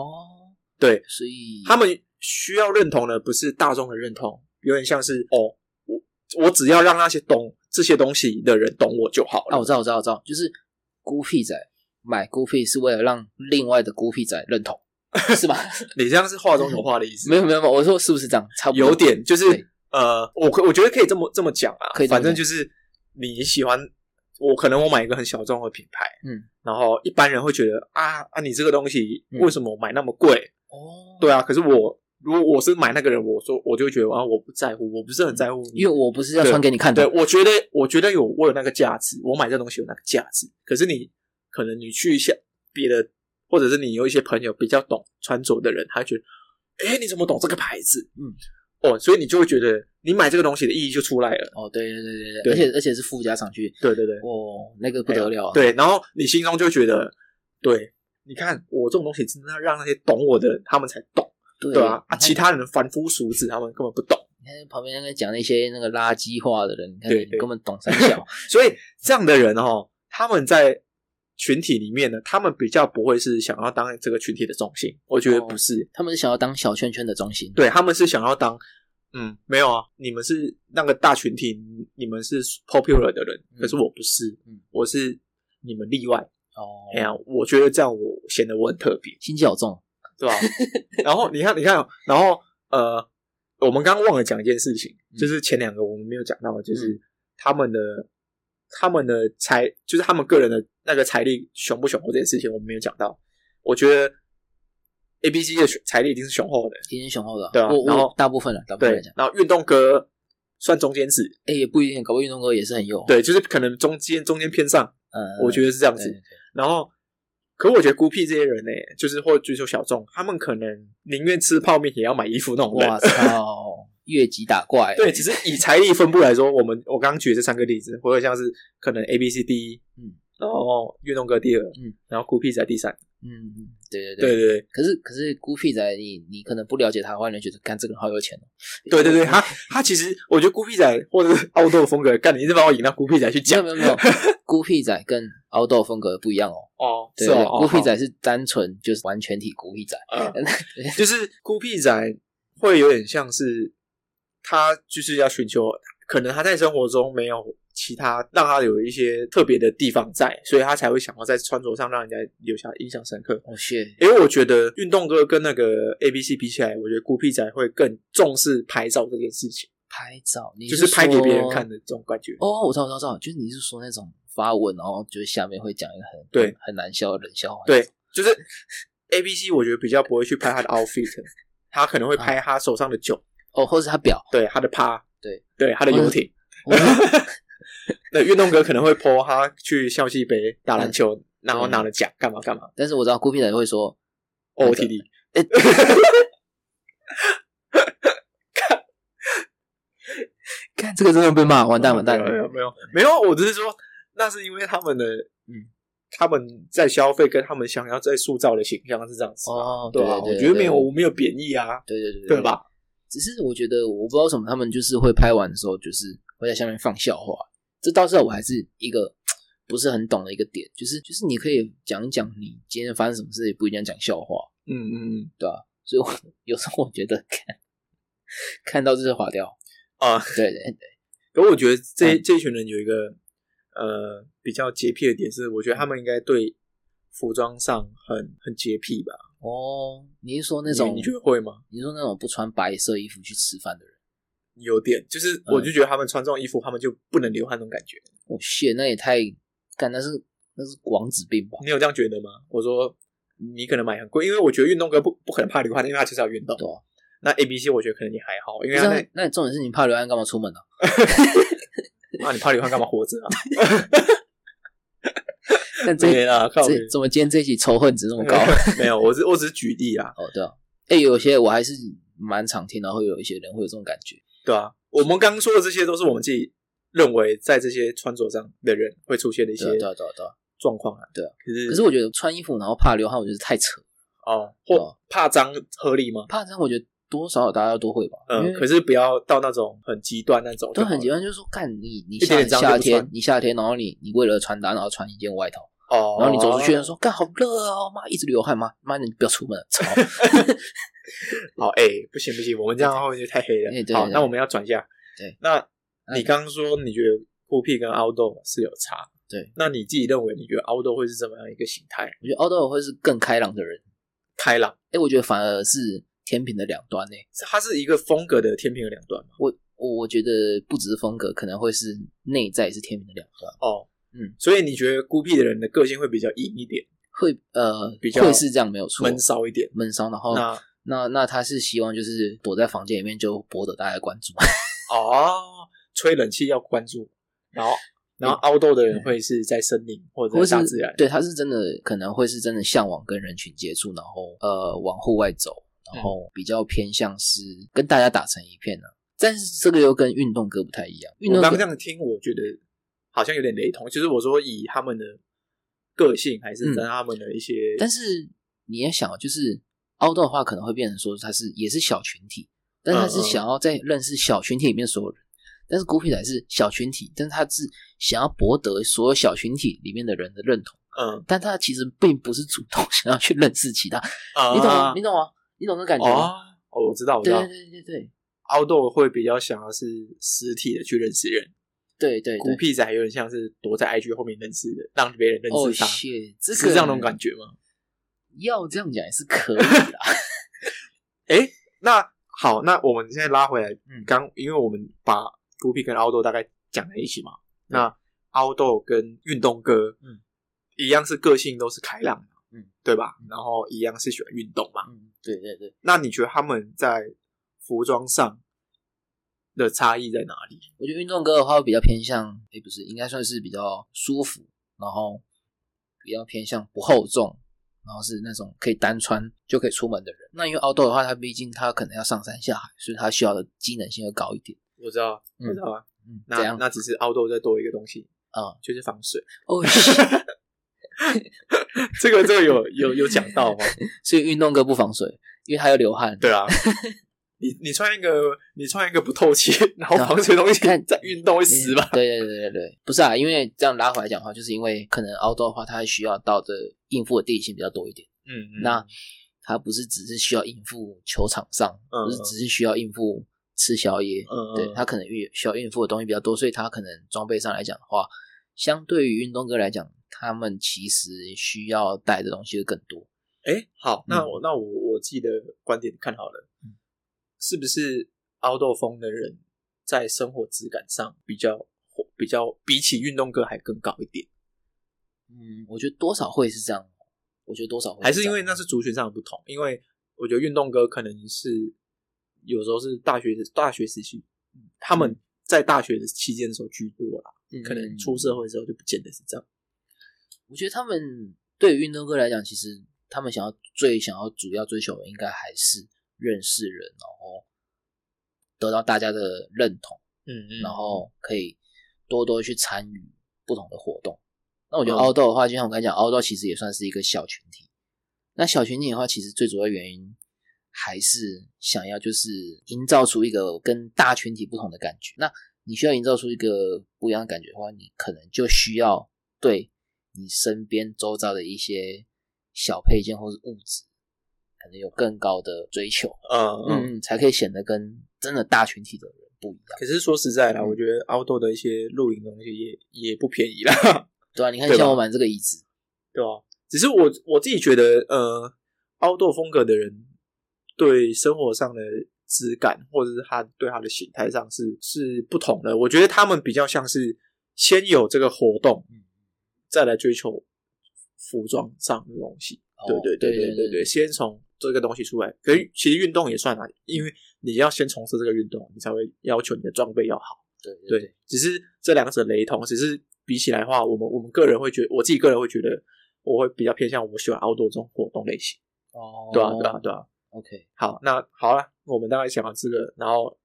Speaker 2: 对，
Speaker 1: 所以
Speaker 2: 他们需要认同的不是大众的认同，有点像是哦，我我只要让那些懂这些东西的人懂我就好了。
Speaker 1: 啊，我知道我知道我知道，就是孤僻仔买孤僻是为了让另外的孤僻仔认同，是 吧？
Speaker 2: 你这样是话中有话的意思，
Speaker 1: 没有没有没有，我说是不是这样？差不多
Speaker 2: 有点就是
Speaker 1: 对
Speaker 2: 呃，我可我觉得可以这么这么讲啊，
Speaker 1: 可以这么
Speaker 2: 反
Speaker 1: 讲
Speaker 2: 正就是你喜欢，我可能我买一个很小众的品牌，
Speaker 1: 嗯，
Speaker 2: 然后一般人会觉得啊啊，你这个东西
Speaker 1: 嗯
Speaker 2: 为什么买那么贵？
Speaker 1: 哦，
Speaker 2: 对啊，可是我如果我是买那个人，我说我就会觉得啊，我不在乎，我不是很在乎你
Speaker 1: 因为我不是要穿给你看
Speaker 2: 对，
Speaker 1: 的，
Speaker 2: 我觉得我觉得有我有那个价值，我买这东西有那个价值。可是你可能你去一下别的，或者是你有一些朋友比较懂穿着的人，他会觉得，哎，你怎么懂这个牌子？
Speaker 1: 嗯，
Speaker 2: 哦，所以你就会觉得你买这个东西的意义就出来了。
Speaker 1: 哦，对对对对
Speaker 2: 对
Speaker 1: 对，而且而且是附加上去，
Speaker 2: 对对对，
Speaker 1: 哦，那个不得了啊，
Speaker 2: 对，然后你心中就觉得，对，你看我这种东西真的要让那些懂我的他们才懂，对
Speaker 1: 对
Speaker 2: 吧、啊？其他人凡夫俗子，他们根本不懂。
Speaker 1: 你看旁边那个讲那些那个垃圾话的人，你看
Speaker 2: 对
Speaker 1: 你
Speaker 2: 对
Speaker 1: 根本懂三 小，
Speaker 2: 所以这样的人哦，他们在群体里面呢，他们比较不会是想要当这个群体的中心，我觉得
Speaker 1: 哦
Speaker 2: 不是，
Speaker 1: 他们是想要当小圈圈的中心。
Speaker 2: 对他们是想要当，嗯，没有啊，你们是那个大群体，你们是 popular 的人，
Speaker 1: 嗯
Speaker 2: 可是我不是
Speaker 1: 嗯，
Speaker 2: 我是你们例外。
Speaker 1: 哦
Speaker 2: 哎呀，我觉得这样我显得我很特别，
Speaker 1: 心机好重，
Speaker 2: 对吧、 然后你看，你看，然后呃，我们刚刚忘了讲一件事情，
Speaker 1: 嗯
Speaker 2: 就是前两个我们没有讲到，就是他们的、他们的财，就是他们个人的那个财力雄不雄厚这件事情，我们没有讲到。我觉得 A B C 的财力一定是雄厚的，
Speaker 1: 天天雄厚的。
Speaker 2: 对啊
Speaker 1: 我
Speaker 2: 然后
Speaker 1: 我大部分了，大部分
Speaker 2: 对
Speaker 1: 来讲，。
Speaker 2: 然后运动哥算中间值，
Speaker 1: 哎，也不一定，搞不好运动哥也是很有。，
Speaker 2: 对，就是可能中间中间偏上，
Speaker 1: 哦嗯，
Speaker 2: 我觉得是这样
Speaker 1: 对
Speaker 2: 子。
Speaker 1: 对对
Speaker 2: 然后，可我觉得孤僻这些人呢、就是或追求小众，他们可能宁愿吃泡面也要买衣服那种人。
Speaker 1: 哇 操，越级打怪。啊
Speaker 2: 对，只是以财力分布来说，我们我刚刚举的这三个例子，或者像是可能 A B C D，E，
Speaker 1: 嗯，
Speaker 2: 然后运动哥第二，
Speaker 1: 嗯，
Speaker 2: 然后孤僻在第三，
Speaker 1: 嗯，嗯，对对
Speaker 2: 对
Speaker 1: 对。
Speaker 2: 对对
Speaker 1: 可是可是孤僻仔，你你可能不了解他的话，你就觉得干这个人好有钱哦。
Speaker 2: 对对对，他他其实我觉得孤僻仔或者是奥豆风格，干你一直把我引到孤僻仔去
Speaker 1: 没有
Speaker 2: 讲
Speaker 1: 没有没 有，孤僻仔跟凹豆风格不一样哦。
Speaker 2: 哦，
Speaker 1: 对
Speaker 2: 是
Speaker 1: 对，
Speaker 2: 哦，
Speaker 1: 孤僻
Speaker 2: 哦，
Speaker 1: 仔是单纯就是完全体孤僻仔。
Speaker 2: 好嗯就是孤僻仔会有点像是他就是要寻求，可能他在生活中没有。其他让他有一些特别的地方在，所以他才会想要在穿着上让人家留下印象深刻。
Speaker 1: 哦，谢。
Speaker 2: 因为我觉得运动哥跟那个 A B C 比起来，我觉得孤僻仔会更重视拍照这件事情，
Speaker 1: 拍照，你
Speaker 2: 就是拍给别人看
Speaker 1: 的。
Speaker 2: 的这种感觉。
Speaker 1: 哦，我知道，我知道，我知道，就是你是说那种发文，然后就是下面会讲一个很
Speaker 2: 对
Speaker 1: 很难笑的冷笑话，
Speaker 2: 对，就是 A B C，我觉得比较不会去拍他的 outfit，他 可
Speaker 1: 啊
Speaker 2: 能会拍他手上的酒，
Speaker 1: 哦，或是他 表，
Speaker 2: 对他的趴，
Speaker 1: 对哦
Speaker 2: 对他的游艇。
Speaker 1: 我
Speaker 2: 那运动哥可能会 po 他去校际杯打
Speaker 1: 嗯
Speaker 2: 篮球，然后拿了奖，干嘛干嘛哦
Speaker 1: 嗯啊但是我知道孤僻仔会说，
Speaker 2: ，O T D。
Speaker 1: 哎，看这个真的被骂，完蛋完 蛋
Speaker 2: 没有
Speaker 1: 了。
Speaker 2: 没有没有，我只是说那是因为他们的嗯，他们在消费跟他们想要在塑造的形象是这样子嘛，
Speaker 1: 哦，
Speaker 2: 对
Speaker 1: 对
Speaker 2: 吧？
Speaker 1: 对，
Speaker 2: 我觉得没有，
Speaker 1: 对
Speaker 2: 我没有贬义啊，
Speaker 1: 对对对
Speaker 2: 对？吧？
Speaker 1: 只是我觉得，我不知道为什么他们就是会拍完的时候，就是会在下面放笑话。这到时候我还是一个不是很懂的一个点，就是就是你可以讲一讲你今天发生什么事，也不一定要讲笑话，
Speaker 2: 嗯嗯嗯
Speaker 1: 对吧、所以我有时候我觉得看看到就是划掉，
Speaker 2: 啊，
Speaker 1: 对对对，
Speaker 2: 可我觉得这、
Speaker 1: 嗯
Speaker 2: 这一群人有一个呃比较洁癖的点是，我觉得他们应该对服装上很很洁癖吧？
Speaker 1: 哦，你是说那
Speaker 2: 那
Speaker 1: 种
Speaker 2: 你觉得会吗？
Speaker 1: 你是说那种不穿白色衣服去吃饭的人？
Speaker 2: 有点，就是
Speaker 1: 嗯
Speaker 2: 我就觉得他们穿这种衣服，他们就不能流汗那种感觉。
Speaker 1: 我谢，哦那也太干，那是那是王子病吧？
Speaker 2: 你有这样觉得吗？我说你可能买很贵，因为我觉得运动哥不不可能怕流汗，因为他就是要运动。
Speaker 1: 对啊
Speaker 2: 那 A B C 我觉得可能你还好，因
Speaker 1: 不
Speaker 2: 为
Speaker 1: 是
Speaker 2: 他
Speaker 1: 啊
Speaker 2: 那，
Speaker 1: 那你重点是你怕流汗干嘛出门呢、
Speaker 2: 啊你怕流汗干嘛活着啊？
Speaker 1: 但 这
Speaker 2: 对啊，靠
Speaker 1: 这怎么今天这一集仇恨值这么高？
Speaker 2: 没有，我只我只是举例啊，
Speaker 1: 哦，对啊，哎、有些我还是蛮常听到，会有一些人会有这种感觉。
Speaker 2: 对啊，我们刚刚说的这些都是我们自己认为在这些穿着上的人会出现的一些
Speaker 1: 对啊，对啊，对啊，对啊。
Speaker 2: 状况啊。
Speaker 1: 对啊，
Speaker 2: 可是
Speaker 1: 可是我觉得穿衣服然后怕流汗，我觉得太扯。
Speaker 2: 哦，
Speaker 1: 对
Speaker 2: 或
Speaker 1: 啊
Speaker 2: 怕脏合理吗？
Speaker 1: 怕脏，我觉得多少大家都会吧。因
Speaker 2: 嗯，
Speaker 1: 为
Speaker 2: 可是不要到那种很极端那种
Speaker 1: 都
Speaker 2: 就好了，
Speaker 1: 很极端，就是说，干你你
Speaker 2: 一点
Speaker 1: 夏
Speaker 2: 点脏就
Speaker 1: 夏
Speaker 2: 不
Speaker 1: 天
Speaker 2: 穿
Speaker 1: 你夏天，然后你你为了穿搭，然后穿一件外套，
Speaker 2: 哦。
Speaker 1: 然后你走出去，人说干好热哦，妈一直流汗，妈妈你不要出门了，操！
Speaker 2: 好，哎、不行不行，我们这样后面就太黑了。
Speaker 1: 哎对
Speaker 2: 好，
Speaker 1: 对
Speaker 2: 那我们要转一下。
Speaker 1: 对，
Speaker 2: 那
Speaker 1: 那
Speaker 2: 你
Speaker 1: 你
Speaker 2: 刚刚说你觉得酷屁跟 outdoor 是有差，
Speaker 1: 对，
Speaker 2: 那你自己认为你觉得 outdoor 会是怎么样一个形态？
Speaker 1: 我觉得 outdoor 会是更开朗的人，
Speaker 2: 开朗，
Speaker 1: 哎、我觉得反而是天平的两端呢、
Speaker 2: 它是一个风格的天平的两端嘛？
Speaker 1: 我我我觉得不只是风格，可能会是内在也是天平的两端，
Speaker 2: 哦，
Speaker 1: 嗯，
Speaker 2: 所以你觉得孤僻的人的个性会比较硬一点，
Speaker 1: 会呃
Speaker 2: 嗯比较
Speaker 1: 会是这样没有错，
Speaker 2: 闷骚一点？
Speaker 1: 闷哦骚，然后
Speaker 2: 那
Speaker 1: 那那他是希望就是躲在房间里面就博得大家的关注，
Speaker 2: 哦，吹冷气要关注，然后然后 outdoor 的人会是在森林或者
Speaker 1: 嗯或
Speaker 2: 在大
Speaker 1: 是
Speaker 2: 自然，
Speaker 1: 对他是真的可能会是真的向往跟人群接触，然后呃往户外走，
Speaker 2: 嗯
Speaker 1: 然后比较偏向是跟大家打成一片呢、但是这个又跟运动哥不太一样，运
Speaker 2: 我
Speaker 1: 动
Speaker 2: 刚刚这
Speaker 1: 哥
Speaker 2: 样听，我觉得好像有点雷同。就是我说以他们的个性，还是
Speaker 1: 嗯
Speaker 2: 跟他们的一些，
Speaker 1: 但是你也想，啊就是凹豆的话，可能会变成说他是也是小群体，但是他
Speaker 2: 嗯
Speaker 1: 是
Speaker 2: 嗯
Speaker 1: 想要在认识小群体里面所有人。但是孤僻仔是小群体，但是他是想要博得所有小群体里面的人的认同，
Speaker 2: 嗯
Speaker 1: 但他其实并不是主动 想要去认识其他，
Speaker 2: 啊
Speaker 1: 你懂吗？你懂吗？你懂那感觉吗？
Speaker 2: 哦，哦我知道，我知
Speaker 1: 对
Speaker 2: 道
Speaker 1: 对对对对
Speaker 2: ，outdoor 会比较想要是实体的去认识人，
Speaker 1: 对对
Speaker 2: 孤
Speaker 1: 对。
Speaker 2: 僻仔有点像是躲在 IG 后面认识的，让别人认
Speaker 1: 哦，
Speaker 2: 识他，
Speaker 1: 谢，这
Speaker 2: 是
Speaker 1: 个
Speaker 2: 这样那种感觉吗？
Speaker 1: 要这样讲也是可以 啦。
Speaker 2: 诶，那好，那我们现在拉回来，
Speaker 1: 嗯
Speaker 2: 刚因为我们把孤僻跟 outdoor 大概讲在一起嘛，那 outdoor 跟运动哥，
Speaker 1: 嗯，
Speaker 2: 一样是个性都是开朗的，
Speaker 1: 嗯，
Speaker 2: 对吧？然后一样是喜欢运动嘛，
Speaker 1: 嗯，对对对，
Speaker 2: 那你觉得他们在服装上的差异在哪里？
Speaker 1: 我觉得运动哥的话会比较偏向，诶，不是，应该算是比较舒服，然后比较偏向不厚重，然后是那种可以单穿就可以出门的人。那因为 outdoor 的话，他毕竟他可能要上山下海，所以他需要的机能性会高一点。
Speaker 2: 我知道，
Speaker 1: 嗯
Speaker 2: 我知道啊，
Speaker 1: 嗯，怎
Speaker 2: 那
Speaker 1: 样？
Speaker 2: 那只是 outdoor 再多一个东西，
Speaker 1: 啊，
Speaker 2: 就是防水。
Speaker 1: 哦，
Speaker 2: 这个这个有有有讲到哦吗？
Speaker 1: 所以运动哥不防水，因为他要流汗。
Speaker 2: 对啊，你你穿一个你穿一个不透气，然后防水东西
Speaker 1: 啊看
Speaker 2: 在运动会死吧？
Speaker 1: 对对对对对，不是啊，因为这样拉回来讲的话，就是因为可能 outdoor 的话，它需要到的应付的地形比较多一点。
Speaker 2: 嗯
Speaker 1: 那他不是只是需要应付球场上，
Speaker 2: 嗯
Speaker 1: 不是只是需要应付吃宵夜，
Speaker 2: 嗯
Speaker 1: 对他可能运需要应付的东西比较多，所以他可能装备上来讲的话，相对于运动哥来讲，他们其实需要带的东西会更多。
Speaker 2: 哎、诶好，那
Speaker 1: 嗯
Speaker 2: 我那我我自己的观点看好了，是不是凹豆风的人在生活质感上比较比较比起运动哥还更高一点？
Speaker 1: 嗯，我觉得多少会是这样，我觉得多少会
Speaker 2: 还
Speaker 1: 是这
Speaker 2: 是因
Speaker 1: 样
Speaker 2: 为那是族群上的不同？因为我觉得运动哥可能是有时候是大学大学时期，他们在大学的期间的时候居多啦，
Speaker 1: 嗯
Speaker 2: 可能出社会之后就不见得是这样。
Speaker 1: 我觉得他们对于运动哥来讲，其实他们想要最想要主要追求，的，应该还是认识人，然后得到大家的认同，
Speaker 2: 嗯嗯
Speaker 1: 然后可以多多去参与不同的活动。那我觉得
Speaker 2: 嗯
Speaker 1: outdoor 的话，就像我刚才讲，outdoor 其实也算是一个小群体。那小群体的话，其实最主要原因还是想要就是营造出一个跟大群体不同的感觉。那你需要营造出一个不一样的感觉的话，你可能就需要对你身边周遭的一些小配件或是物质，可能有更高的追求，
Speaker 2: 嗯嗯。
Speaker 1: 嗯，才可以显得跟真的大群体的人不一样。
Speaker 2: 可是说实在啦，
Speaker 1: 嗯
Speaker 2: 我觉得 outdoor 的一些露营的东西也也不便宜啦，
Speaker 1: 对啊，你看
Speaker 2: 对吧
Speaker 1: 像我买这个椅子，
Speaker 2: 对吧、只是我我自己觉得，呃，outdoor 风格的人对生活上的质感，或者是他对他的形态上是是不同的。我觉得他们比较像是先有这个活动，再来追求服装上的东西。
Speaker 1: 哦
Speaker 2: 对对对
Speaker 1: 对
Speaker 2: 对对对，
Speaker 1: 对，
Speaker 2: 先从这个东西出来。可是其实运动也算啊，因为你要先从事这个运动，你才会要求你的装备要好。
Speaker 1: 对对
Speaker 2: 对，只是这两者雷同，只是比起来的话，我们我们个人会觉得，我自己个人会觉得，我会比较偏向我喜欢 outdoor 这种活动类型。
Speaker 1: 哦
Speaker 2: 对啊，对啊，对啊。
Speaker 1: ，OK，
Speaker 2: 好，那好了，我们大概讲到这个，然后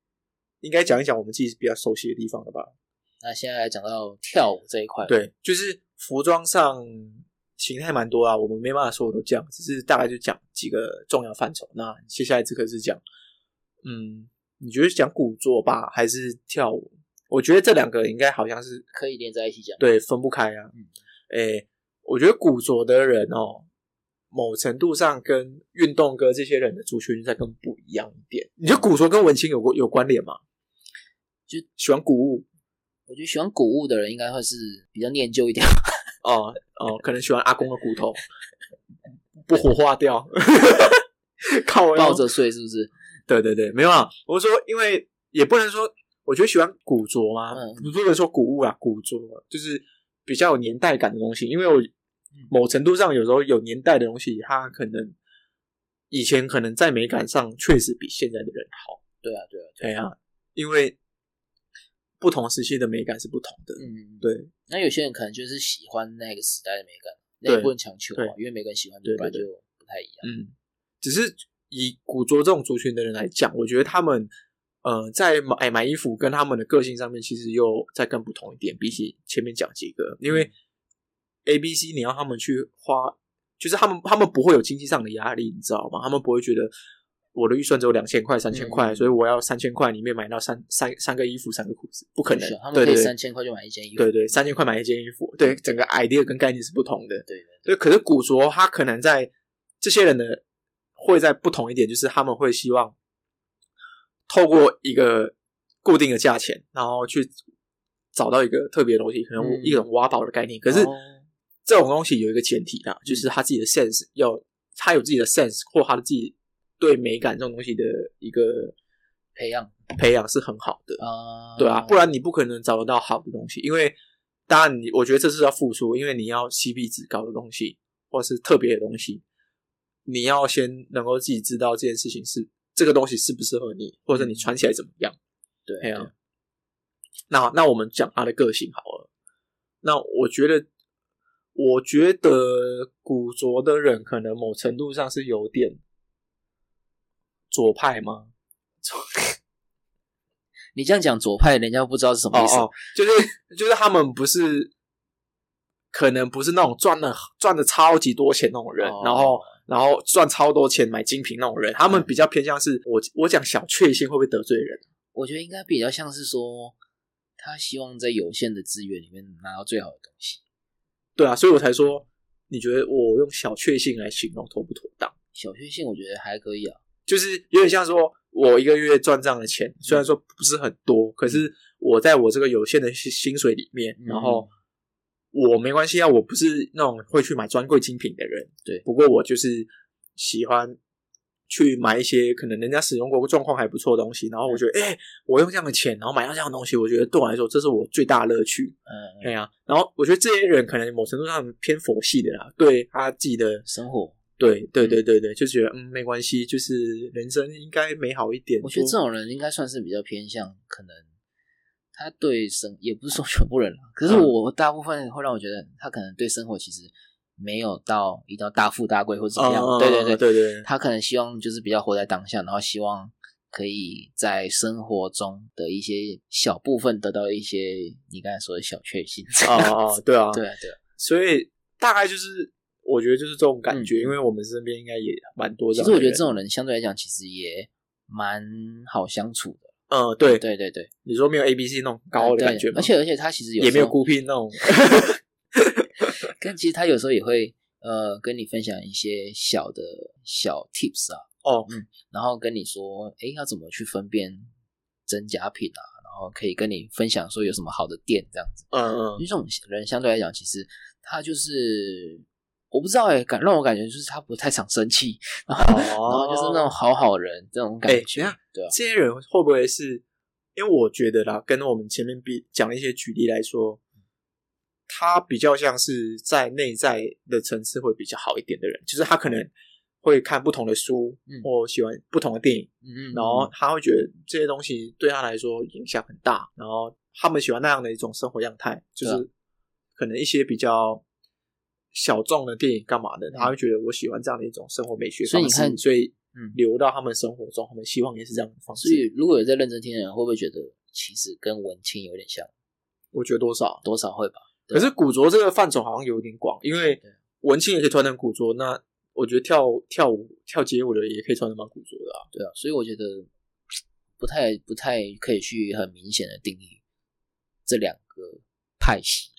Speaker 2: 应该讲一讲我们自己比较熟悉的地方了吧？
Speaker 1: 那现在来讲到跳舞这一块，，
Speaker 2: 对，就是服装上形态蛮多啊，我们没办法说我都讲，只是大概就讲几个重要范畴。那接下来这个是讲，嗯，你觉得讲古作吧，还是跳舞？我觉得这两个应该好像是
Speaker 1: 可以连在一起讲，
Speaker 2: 对分不开啊。
Speaker 1: 嗯
Speaker 2: 诶、我觉得古着的人哦，某程度上跟运动哥这些人的族群在更不一样一点。你觉得古着跟文青有过有关联吗？
Speaker 1: 就
Speaker 2: 喜欢古物
Speaker 1: 我觉得喜欢古物的人应该会是比较念旧一点，
Speaker 2: 哦哦，可能喜欢阿公的骨头，不火化掉， 靠腰
Speaker 1: 抱着睡是不是？
Speaker 2: 对对对，没有啊，我是说，因为也不能说，我觉得喜欢古着嘛，
Speaker 1: 嗯
Speaker 2: 不不能说古物啊，古着就是比较有年代感的东西。因为我
Speaker 1: 嗯
Speaker 2: 某程度上有时候有年代的东西，它可能以前可能在美感上确实比现在的人好。
Speaker 1: 对啊，对啊，
Speaker 2: 对啊，因为不同时期的美感是不同的。
Speaker 1: 嗯，。
Speaker 2: 对
Speaker 1: 那有些人可能就是喜欢那个时代的美感，那
Speaker 2: 对
Speaker 1: 也不能强求
Speaker 2: 对
Speaker 1: 嘛，因为每个人喜欢的
Speaker 2: 对对
Speaker 1: 本来就
Speaker 2: 对
Speaker 1: 不太一样。
Speaker 2: 嗯，只是以古着这种族群的人来讲，我觉得他们呃在买买衣服跟他们的个性上面，其实又再更不同一点。比起前面讲几个，因
Speaker 1: 嗯
Speaker 2: 为 A、B、C 你要他们去花，就是他们他们不会有经济上的压力，你知道吗？他们不会觉得。我的预算只有两千块、三千块，
Speaker 1: 嗯
Speaker 2: 所以我要三千块里面买到三三三个衣服、三个裤子，不可能
Speaker 1: 是啊。他
Speaker 2: 对
Speaker 1: 们可
Speaker 2: 对
Speaker 1: 以
Speaker 2: 对
Speaker 1: 三千块就买一件衣服。
Speaker 2: 对对，三千块买一件衣服，对，整个 idea 跟概念是不同的。
Speaker 1: 对对
Speaker 2: 对，可是古着它可能在这些人的会在不同一点，就是他们会希望透过一个固定的价钱，然后去找到一个特别的东西，可能
Speaker 1: 嗯
Speaker 2: 一种挖宝的概念。可是
Speaker 1: 哦嗯
Speaker 2: 这种东西有一个前提啦，就是他自己的 sense 要他有自己的 sense 或他的自己对美感这种东西的一个
Speaker 1: 培养
Speaker 2: 培养是很好的。
Speaker 1: 啊，
Speaker 2: 对啊，不然你不可能找得到好的东西，因为当然你我觉得这是要付出，因为你要 CP 值高的东西，或是特别的东西，你要先能够自己知道这件事情是这个东西适不适合你，或者你穿起来怎么样。
Speaker 1: 对
Speaker 2: 哎呀、
Speaker 1: 对
Speaker 2: 那那我们讲他的个性好了。那我觉得，我觉得古着的人可能某程度上是有点左派吗？
Speaker 1: 你这样讲左派，人家不知道是什么意思。
Speaker 2: 哦哦，就是 就是他们不是，可能不是那种赚了赚的超级多钱那种人，
Speaker 1: 哦
Speaker 2: 然后然后赚超多钱买精品那种人，他们比较偏向是我我讲小确幸会不会得罪人？
Speaker 1: 我觉得应该比较像是说，他希望在有限的资源里面拿到最好的东西。
Speaker 2: 对啊，所以我才说，你觉得我用小确幸来形容妥不妥当？
Speaker 1: 小确幸我觉得还可以啊，
Speaker 2: 就是有点像说我一个月赚这样的钱，虽
Speaker 1: 嗯
Speaker 2: 然说不是很多，可是我在我这个有限的薪薪水里面，
Speaker 1: 嗯
Speaker 2: 然后我没关系啊，我不是那种会去买专柜精品的人，
Speaker 1: 对
Speaker 2: 不过我就是喜欢。去买一些可能人家使用过状况还不错的东西，
Speaker 1: 嗯
Speaker 2: 然后我觉得，哎、我用这样的钱，然后买到这样的东西，我觉得对我来说，这是我最大的乐趣。
Speaker 1: 嗯，
Speaker 2: 对啊，然后我觉得这些人可能某程度上偏佛系的啦，对他自己的
Speaker 1: 生活，
Speaker 2: 对对对对对，就觉得嗯没关系，就是人生应该美好一点。
Speaker 1: 我觉得
Speaker 2: 多
Speaker 1: 这种人应该算是比较偏向，可能他对生也不是说全部人啦，可是
Speaker 2: 嗯
Speaker 1: 我大部分会让我觉得他可能对生活其实没有到一定要大富大贵或怎么样，
Speaker 2: 嗯嗯
Speaker 1: 哦对对
Speaker 2: 嗯对对
Speaker 1: 他可能希望就是比较活在当下，然后希望可以在生活中的一些小部分得到一些你刚才说的小确幸。
Speaker 2: 啊啊，对啊，
Speaker 1: 对啊，对啊，
Speaker 2: 所以大概就是我觉得就是这种感觉，
Speaker 1: 嗯
Speaker 2: 因为我们身边应该也蛮多
Speaker 1: 其
Speaker 2: 这样
Speaker 1: 实
Speaker 2: 的
Speaker 1: 我
Speaker 2: 人。
Speaker 1: 觉得这种人相对来讲其实也蛮好相处的。
Speaker 2: 嗯，对，
Speaker 1: 对对对，
Speaker 2: 你说没有 A B C 那种高的
Speaker 1: 对
Speaker 2: 感觉吗？
Speaker 1: 而且而且他其实有
Speaker 2: 也没
Speaker 1: 时
Speaker 2: 有
Speaker 1: 候
Speaker 2: 孤僻那 种。
Speaker 1: 但其实他有时候也会呃跟你分享一些小的小 tips 啊，
Speaker 2: 哦，
Speaker 1: 然后跟你说，诶，要怎么去分辨真假品啊，然后可以跟你分享说有什么好的店这样子。
Speaker 2: 嗯嗯
Speaker 1: 因为这种人相对来讲，其实他就是我不知道诶，感让我感觉就是他不太常生气，然后、 然后就是那种好好人这种感
Speaker 2: 哦诶
Speaker 1: 觉，
Speaker 2: 等一下
Speaker 1: 对啊，
Speaker 2: 这些人会不会是？因为我觉得啦，跟我们前面比讲的一些举例来说，他比较像是在内在的层次会比较好一点的人，就是他可能会看不同的书，
Speaker 1: 嗯
Speaker 2: 或喜欢不同的电影，
Speaker 1: 嗯嗯，
Speaker 2: 然后他会觉得这些东西对他来说影响很大，然后他们喜欢那样的一种生活样态，就
Speaker 1: 对啊
Speaker 2: 是可能一些比较小众的电影干嘛的，他会觉得我喜欢这样的一种生活美学
Speaker 1: 嗯所以
Speaker 2: 方
Speaker 1: 你
Speaker 2: 式，
Speaker 1: 看
Speaker 2: 所以
Speaker 1: 嗯
Speaker 2: 流到他们生活中，他们希望也是这样的方
Speaker 1: 所
Speaker 2: 式。
Speaker 1: 以如果有在认真听的人，会不会觉得其实跟文青有点像？
Speaker 2: 我觉得多少，
Speaker 1: 多少会吧。对
Speaker 2: 可是古着这个范畴好像有点广，因为
Speaker 1: 对
Speaker 2: 文青也可以穿成古着，那我觉得跳跳舞、跳街舞的也可以穿成蛮古着的啊。
Speaker 1: 对啊，所以我觉得不太不太可以去很明显的定义这两个派系。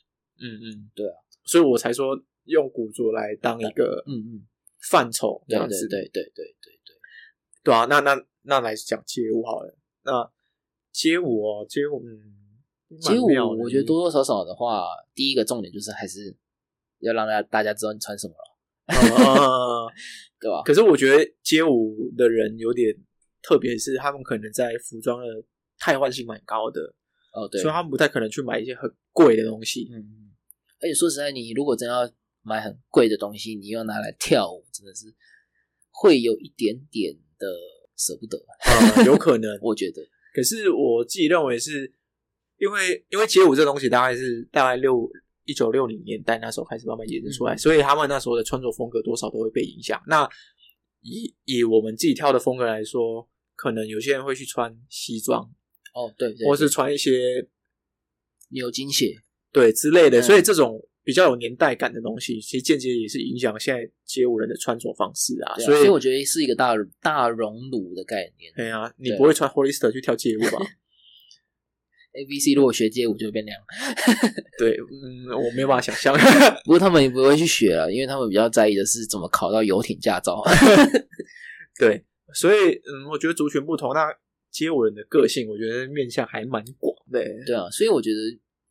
Speaker 2: 嗯嗯，
Speaker 1: 对
Speaker 2: 啊，所以我才说用古着来当一个
Speaker 1: 嗯嗯，
Speaker 2: 范畴这
Speaker 1: 对
Speaker 2: 样
Speaker 1: 对
Speaker 2: 子。
Speaker 1: 对对对对对，
Speaker 2: 对啊，那那那来讲街舞好了。那街舞哦，街舞，嗯，
Speaker 1: 街
Speaker 2: 蛮妙
Speaker 1: 舞
Speaker 2: 的嗯
Speaker 1: 我觉得多多少少的话，第一个重点就是还是要让大家大家知道你穿什么了，
Speaker 2: 呃
Speaker 1: 对吧？
Speaker 2: 可是我觉得街舞的人有点，特别是他们可能在服装的替换性蛮高的，
Speaker 1: 哦，对
Speaker 2: 所以，他们不太可能去买一些很贵的东西。
Speaker 1: 嗯嗯。而且说实在，你如果真要买很贵的东西，你又拿来跳舞，真的是会有一点点的舍不得，
Speaker 2: 呃，有可能。
Speaker 1: 我觉得。
Speaker 2: 可是我自己认为是，因为因为街舞这东西大概是大概六一九六零年代那时候开始慢慢衍生
Speaker 1: 嗯
Speaker 2: 出来，所以他们那时候的穿着风格多少都会被影响。那以以我们自己跳的风格来说，可能有些人会去穿西装，
Speaker 1: 哦，对，对
Speaker 2: 或是穿一些
Speaker 1: 牛津鞋，
Speaker 2: 对之类的，
Speaker 1: 嗯
Speaker 2: 所以这种。比较有年代感的东西，其实间接也是影响现在街舞人的穿着方式啊。
Speaker 1: 对啊
Speaker 2: 所
Speaker 1: 所
Speaker 2: 以
Speaker 1: 以，我觉得是一个大大熔炉的概念。
Speaker 2: 哎呀、你
Speaker 1: 对
Speaker 2: 不会穿 Hollister 去跳街舞
Speaker 1: 啊
Speaker 2: 吧？
Speaker 1: A B C 如果学街舞就会变那样，
Speaker 2: 对，嗯，我没有办法想象。
Speaker 1: 不过他们也不会去学啊了，因为他们比较在意的是怎么考到游艇驾照。
Speaker 2: 对，所以嗯，我觉得族群不同，那街舞人的个性，我觉得面向还蛮广的欸。
Speaker 1: 对啊，所以我觉得，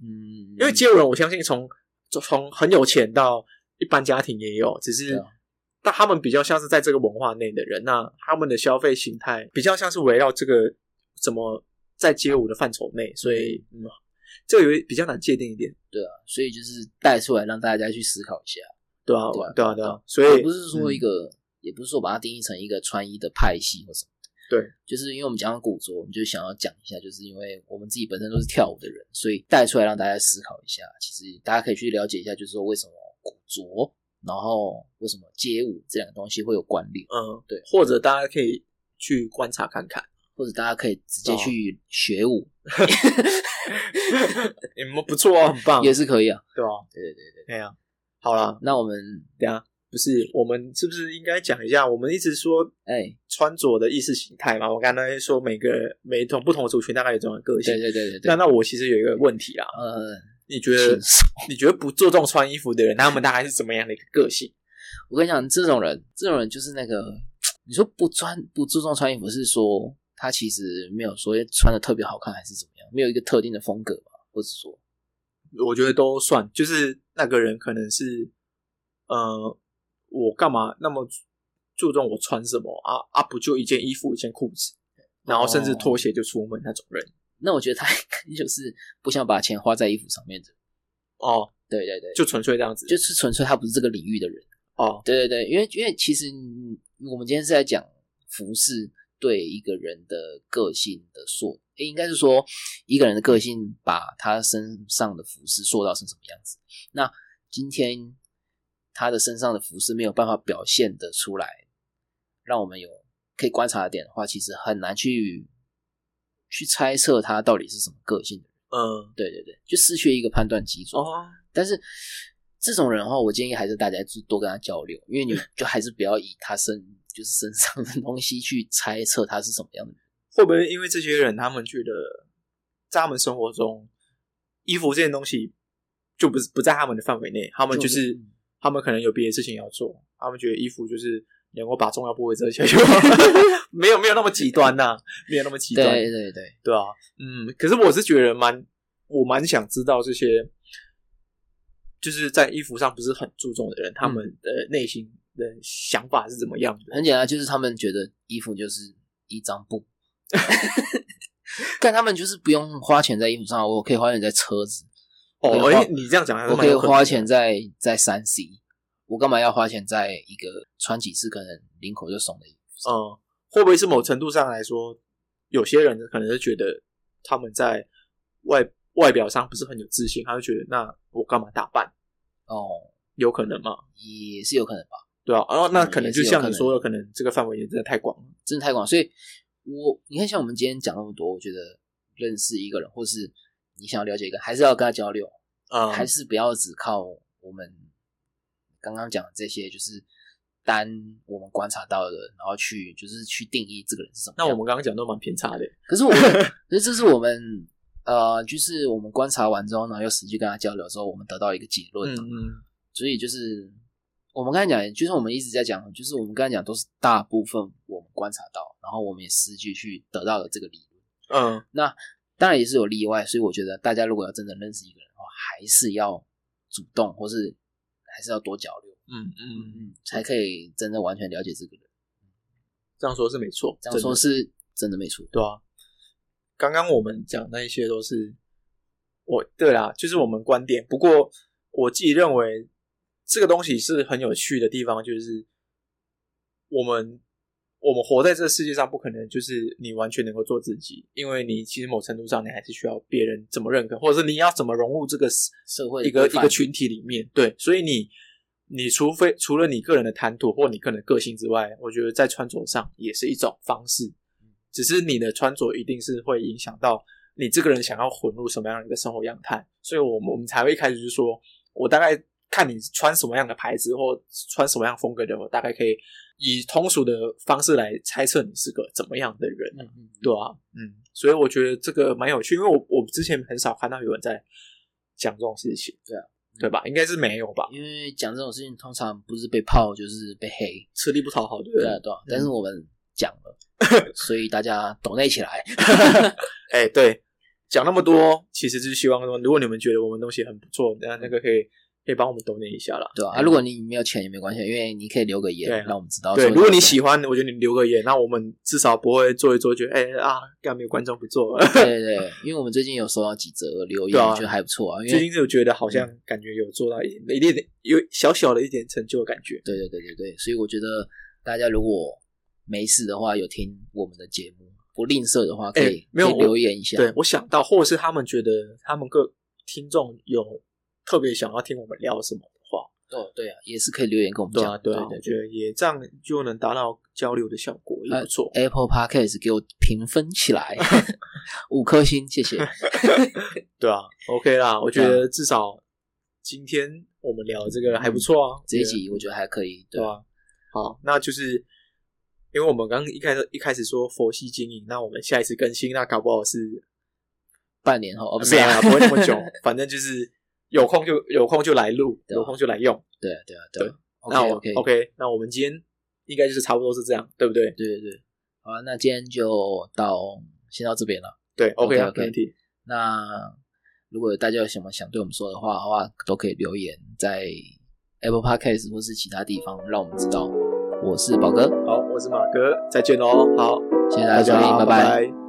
Speaker 1: 嗯，
Speaker 2: 因为街舞人，我相信从从很有钱到一般家庭也有，只
Speaker 1: 对
Speaker 2: 是
Speaker 1: 啊
Speaker 2: 但他们比较像是在这个文化内的人，那他们的消费形态比较像是围绕这个怎么在街舞的范畴内，所以嗯，这个有点比较难界定一点，
Speaker 1: 对啊，所以就是带出来让大家去思考一下，
Speaker 2: 对啊
Speaker 1: 对啊，
Speaker 2: 对啊，对
Speaker 1: 对啊
Speaker 2: 啊，所以
Speaker 1: 也不是说一
Speaker 2: 嗯
Speaker 1: 个，也不是说把它定义成一个穿衣的派系或什么的。
Speaker 2: 对，
Speaker 1: 就是因为我们讲到古着，我们就想要讲一下，就是因为我们自己本身都是跳舞的人，所以带出来让大家思考一下。其实大家可以去了解一下，就是说为什么古着，然后为什么街舞这两个东西会有关联，
Speaker 2: 嗯，
Speaker 1: 对，
Speaker 2: 或者大家可以去观察看看。
Speaker 1: 或者大家可以直
Speaker 2: 哦
Speaker 1: 接去学舞、
Speaker 2: 你们不错啊，很 棒，
Speaker 1: 也是可以啊。
Speaker 2: 对啊，
Speaker 1: 对对对对，
Speaker 2: 对啊。好啦，
Speaker 1: 那我们
Speaker 2: 不是，我们是不是应该讲一下？我们一直说
Speaker 1: 哎、
Speaker 2: 穿着的意识形态嘛，我刚才说每个每一种不同的族群大概有这种个性
Speaker 1: 对。对对对对，
Speaker 2: 那那我其实有一个问题啦，
Speaker 1: 呃，
Speaker 2: 你觉得
Speaker 1: 请说
Speaker 2: 你觉得不注重穿衣服的人，他们大概是怎么样的一个个性？
Speaker 1: 我跟你讲，这种人，这种人就是那个，你说不穿不注重穿衣服，是说他其实没有说穿的特别好看，还是怎么样，没有一个特定的风格吧，或者说，
Speaker 2: 我觉得都算，就是那个人可能是，呃，我干嘛那么注重我穿什么啊啊？不就一件衣服一件裤子，然后甚至
Speaker 1: 哦
Speaker 2: 拖鞋就出门那种人
Speaker 1: 那我觉得他 肯定就是不想把钱花在衣服上面的，
Speaker 2: 哦，
Speaker 1: 对对对，
Speaker 2: 就纯粹这样子
Speaker 1: 就是纯粹他不是这个领域的人，
Speaker 2: 哦，
Speaker 1: 对对对，因为因为其实你我们今天是在讲服饰对一个人的个性的塑，诶应该是说一个人的个性把他身上的服饰塑造成什么样子。那今天他的身上的服饰没有办法表现得出来，让我们有可以观察的点的话，其实很难去去猜测他到底是什么个性的人。
Speaker 2: 嗯，
Speaker 1: 对对对，就失去一个判断基准。
Speaker 2: 哦，
Speaker 1: 但是这种人的话，我建议还是大家就多跟他交流，因为你就还是不要以他身就是身上的东西去猜测他是什么样的人。
Speaker 2: 会不会因为这些人他们觉得在他们生活中，衣服这件东西就不是不在他们的范围内，他们就
Speaker 1: 就是
Speaker 2: 是
Speaker 1: 嗯
Speaker 2: 他们可能有别的事情要做，他们觉得衣服就是能够把重要部位遮起来 就好，没有没有那么极端呐、没有那么极端，
Speaker 1: 对对对，
Speaker 2: 对啊，嗯，可是我是觉得蛮，我蛮想知道这些，就是在衣服上不是很注重的人，他
Speaker 1: 嗯
Speaker 2: 们的内心的想法是怎么样的？
Speaker 1: 很简单，就是他们觉得衣服就是一张 布，但他们就是不用花钱在衣服上，我可以花钱在车子，
Speaker 2: 哦，
Speaker 1: 我
Speaker 2: 哎、你这样讲还是
Speaker 1: 我可
Speaker 2: 蛮
Speaker 1: 以
Speaker 2: 有可能
Speaker 1: 花钱在在三 C，我干嘛要花钱在一个穿几次可能领口就松的衣服上？
Speaker 2: 嗯，会不会是某程度上来说，有些人可能是觉得他们在外外表上不是很有自信，他就觉得那我干嘛打扮？
Speaker 1: 哦，
Speaker 2: 有可能嘛？
Speaker 1: 也是有可能吧，
Speaker 2: 对啊，然后那
Speaker 1: 嗯
Speaker 2: 可能
Speaker 1: 也
Speaker 2: 就是
Speaker 1: 有
Speaker 2: 像
Speaker 1: 可
Speaker 2: 你
Speaker 1: 能
Speaker 2: 说的，可能这个范围也真的太广了。
Speaker 1: 真的太广。所以我你看，像我们今天讲那么多，我觉得认识一个人，或是你想要了解一个人，还是要跟他交流，
Speaker 2: 嗯，
Speaker 1: 还是不要只靠我们刚刚讲的这些，就是单我们观察到的，然后去就是去定义这个人是什么
Speaker 2: 那
Speaker 1: 样。
Speaker 2: 我们刚刚讲都蛮偏差的。
Speaker 1: 可是我 们，可是这是我们呃，就是我们观察完之后呢，又实际跟他交流之后，我们得到一个结论
Speaker 2: 嗯
Speaker 1: 嘛。
Speaker 2: 嗯，
Speaker 1: 所以就是我们刚才讲，就是我们一直在讲，就是我们刚才讲都是大部分我们观察到，然后我们也实际去得到了这个理论。
Speaker 2: 嗯，
Speaker 1: 当然也是有例外，所以我觉得大家如果要真的认识一个人的话，还是要主动，或是还是要多交流，
Speaker 2: 嗯嗯，
Speaker 1: 嗯，才可以真的完全了解这个人。
Speaker 2: 这样说是没错，
Speaker 1: 这样说
Speaker 2: 真的
Speaker 1: 是真的没错，
Speaker 2: 对啊。刚刚我们讲那一些都是我对啦，就是我们观点。不过我自己认为这个东西是很有趣的地方，就是我们我们活在这个世界上，不可能就是你完全能够做自己，因为你其实某程度上你还是需要别人怎么认可，或者是你要怎么融入这个
Speaker 1: 社会
Speaker 2: 一个
Speaker 1: 规
Speaker 2: 一
Speaker 1: 范
Speaker 2: 个群体里面，对，所以你你除非除了你个人的谈吐或你个人的个性之外，我觉得在穿着上也是一种方式，
Speaker 1: 嗯
Speaker 2: 只是你的穿着一定是会影响到你这个人想要混入什么样的一个生活样态，所以我们我们才会一开始就说，我大概看你穿什么样的牌子或穿什么样风格的，我大概可以以通俗的方式来猜测你是个怎么样的人啊、
Speaker 1: 嗯嗯，嗯
Speaker 2: 对啊，嗯，所以我觉得这个蛮有趣，因为我我之前很少看到有人在讲这种事情，
Speaker 1: 对啊，
Speaker 2: 对吧？应该是没有吧，
Speaker 1: 因为讲这种事情通常不是被泡就是被黑，
Speaker 2: 吃力不讨好，对不嗯
Speaker 1: 对
Speaker 2: 对
Speaker 1: 啊？对啊，但是我们讲 了，所以大家懂内起来，
Speaker 2: 哎、对，讲那么多，其实就是希望说，如果你们觉得我们东西很不错，那那个可以可以帮我们 donate 一下啦，
Speaker 1: 对啊，
Speaker 2: 哎
Speaker 1: 啊如果你没有钱也没关系，因为你可以留个言
Speaker 2: 对啊
Speaker 1: 让我们知道说。
Speaker 2: 对，如果你喜欢，我觉得你留个言，那我们至少不会做一做，觉得哎、啊，干没有观众不做了。
Speaker 1: 对对对，因为我们最近有收到几则留言，
Speaker 2: 对啊
Speaker 1: 觉得还不错啊，因
Speaker 2: 最
Speaker 1: 为
Speaker 2: 近就觉得好像感觉有做到一点，一点有小小的一点成就的感觉。
Speaker 1: 对对对对对，所以我觉得大家如果没事的话，有听我们的节目不吝啬的话，可以、
Speaker 2: 哎没有
Speaker 1: 可以
Speaker 2: 我
Speaker 1: 留言一下，
Speaker 2: 对，我想到，或者是他们觉得他们各听众有特别想要听我们聊什么的话，
Speaker 1: 哦对啊，也是可以留言跟我们
Speaker 2: 对
Speaker 1: 讲
Speaker 2: 啊，，对啊，哎
Speaker 1: 对
Speaker 2: 我觉得也这样就能达到交流的效果，也不错。
Speaker 1: Apple Podcast 给我评分起 来，五颗星，谢谢。
Speaker 2: 对啊，OK 啦，我觉
Speaker 1: 对啊
Speaker 2: 得至少今天我们聊的这个还不错啊，
Speaker 1: 这一
Speaker 2: 觉得
Speaker 1: 集我觉得还可以，
Speaker 2: 对
Speaker 1: 对吧？
Speaker 2: 啊。好，那就是因为我们刚刚一开始一开始说佛系经营，那我们下一次更新，那搞不好是
Speaker 1: 半年后，哦，
Speaker 2: 不
Speaker 1: 不
Speaker 2: 是
Speaker 1: 是
Speaker 2: 啊，
Speaker 1: 啊，
Speaker 2: 不会那么久，反正就是有空就有空就来录，
Speaker 1: 对啊
Speaker 2: 有空就来用。
Speaker 1: 对啊对啊对啊。
Speaker 2: 那
Speaker 1: OK
Speaker 2: 我
Speaker 1: OK
Speaker 2: OK，那我们今天应该就是差不多是这样，对不对？
Speaker 1: 对对对，好啊，那今天就到先到这边了。
Speaker 2: 对，OK 啊，
Speaker 1: OK，OK
Speaker 2: 没问题。
Speaker 1: 那如果大家有什么想对我们说的话的话，都可以留言在 Apple Podcast 或是其他地方让我们知道。我是宝哥，
Speaker 2: 好，我是马哥，再见喽。好，
Speaker 1: 谢谢大家
Speaker 2: 大
Speaker 1: 收
Speaker 2: 家
Speaker 1: 听，拜
Speaker 2: 拜。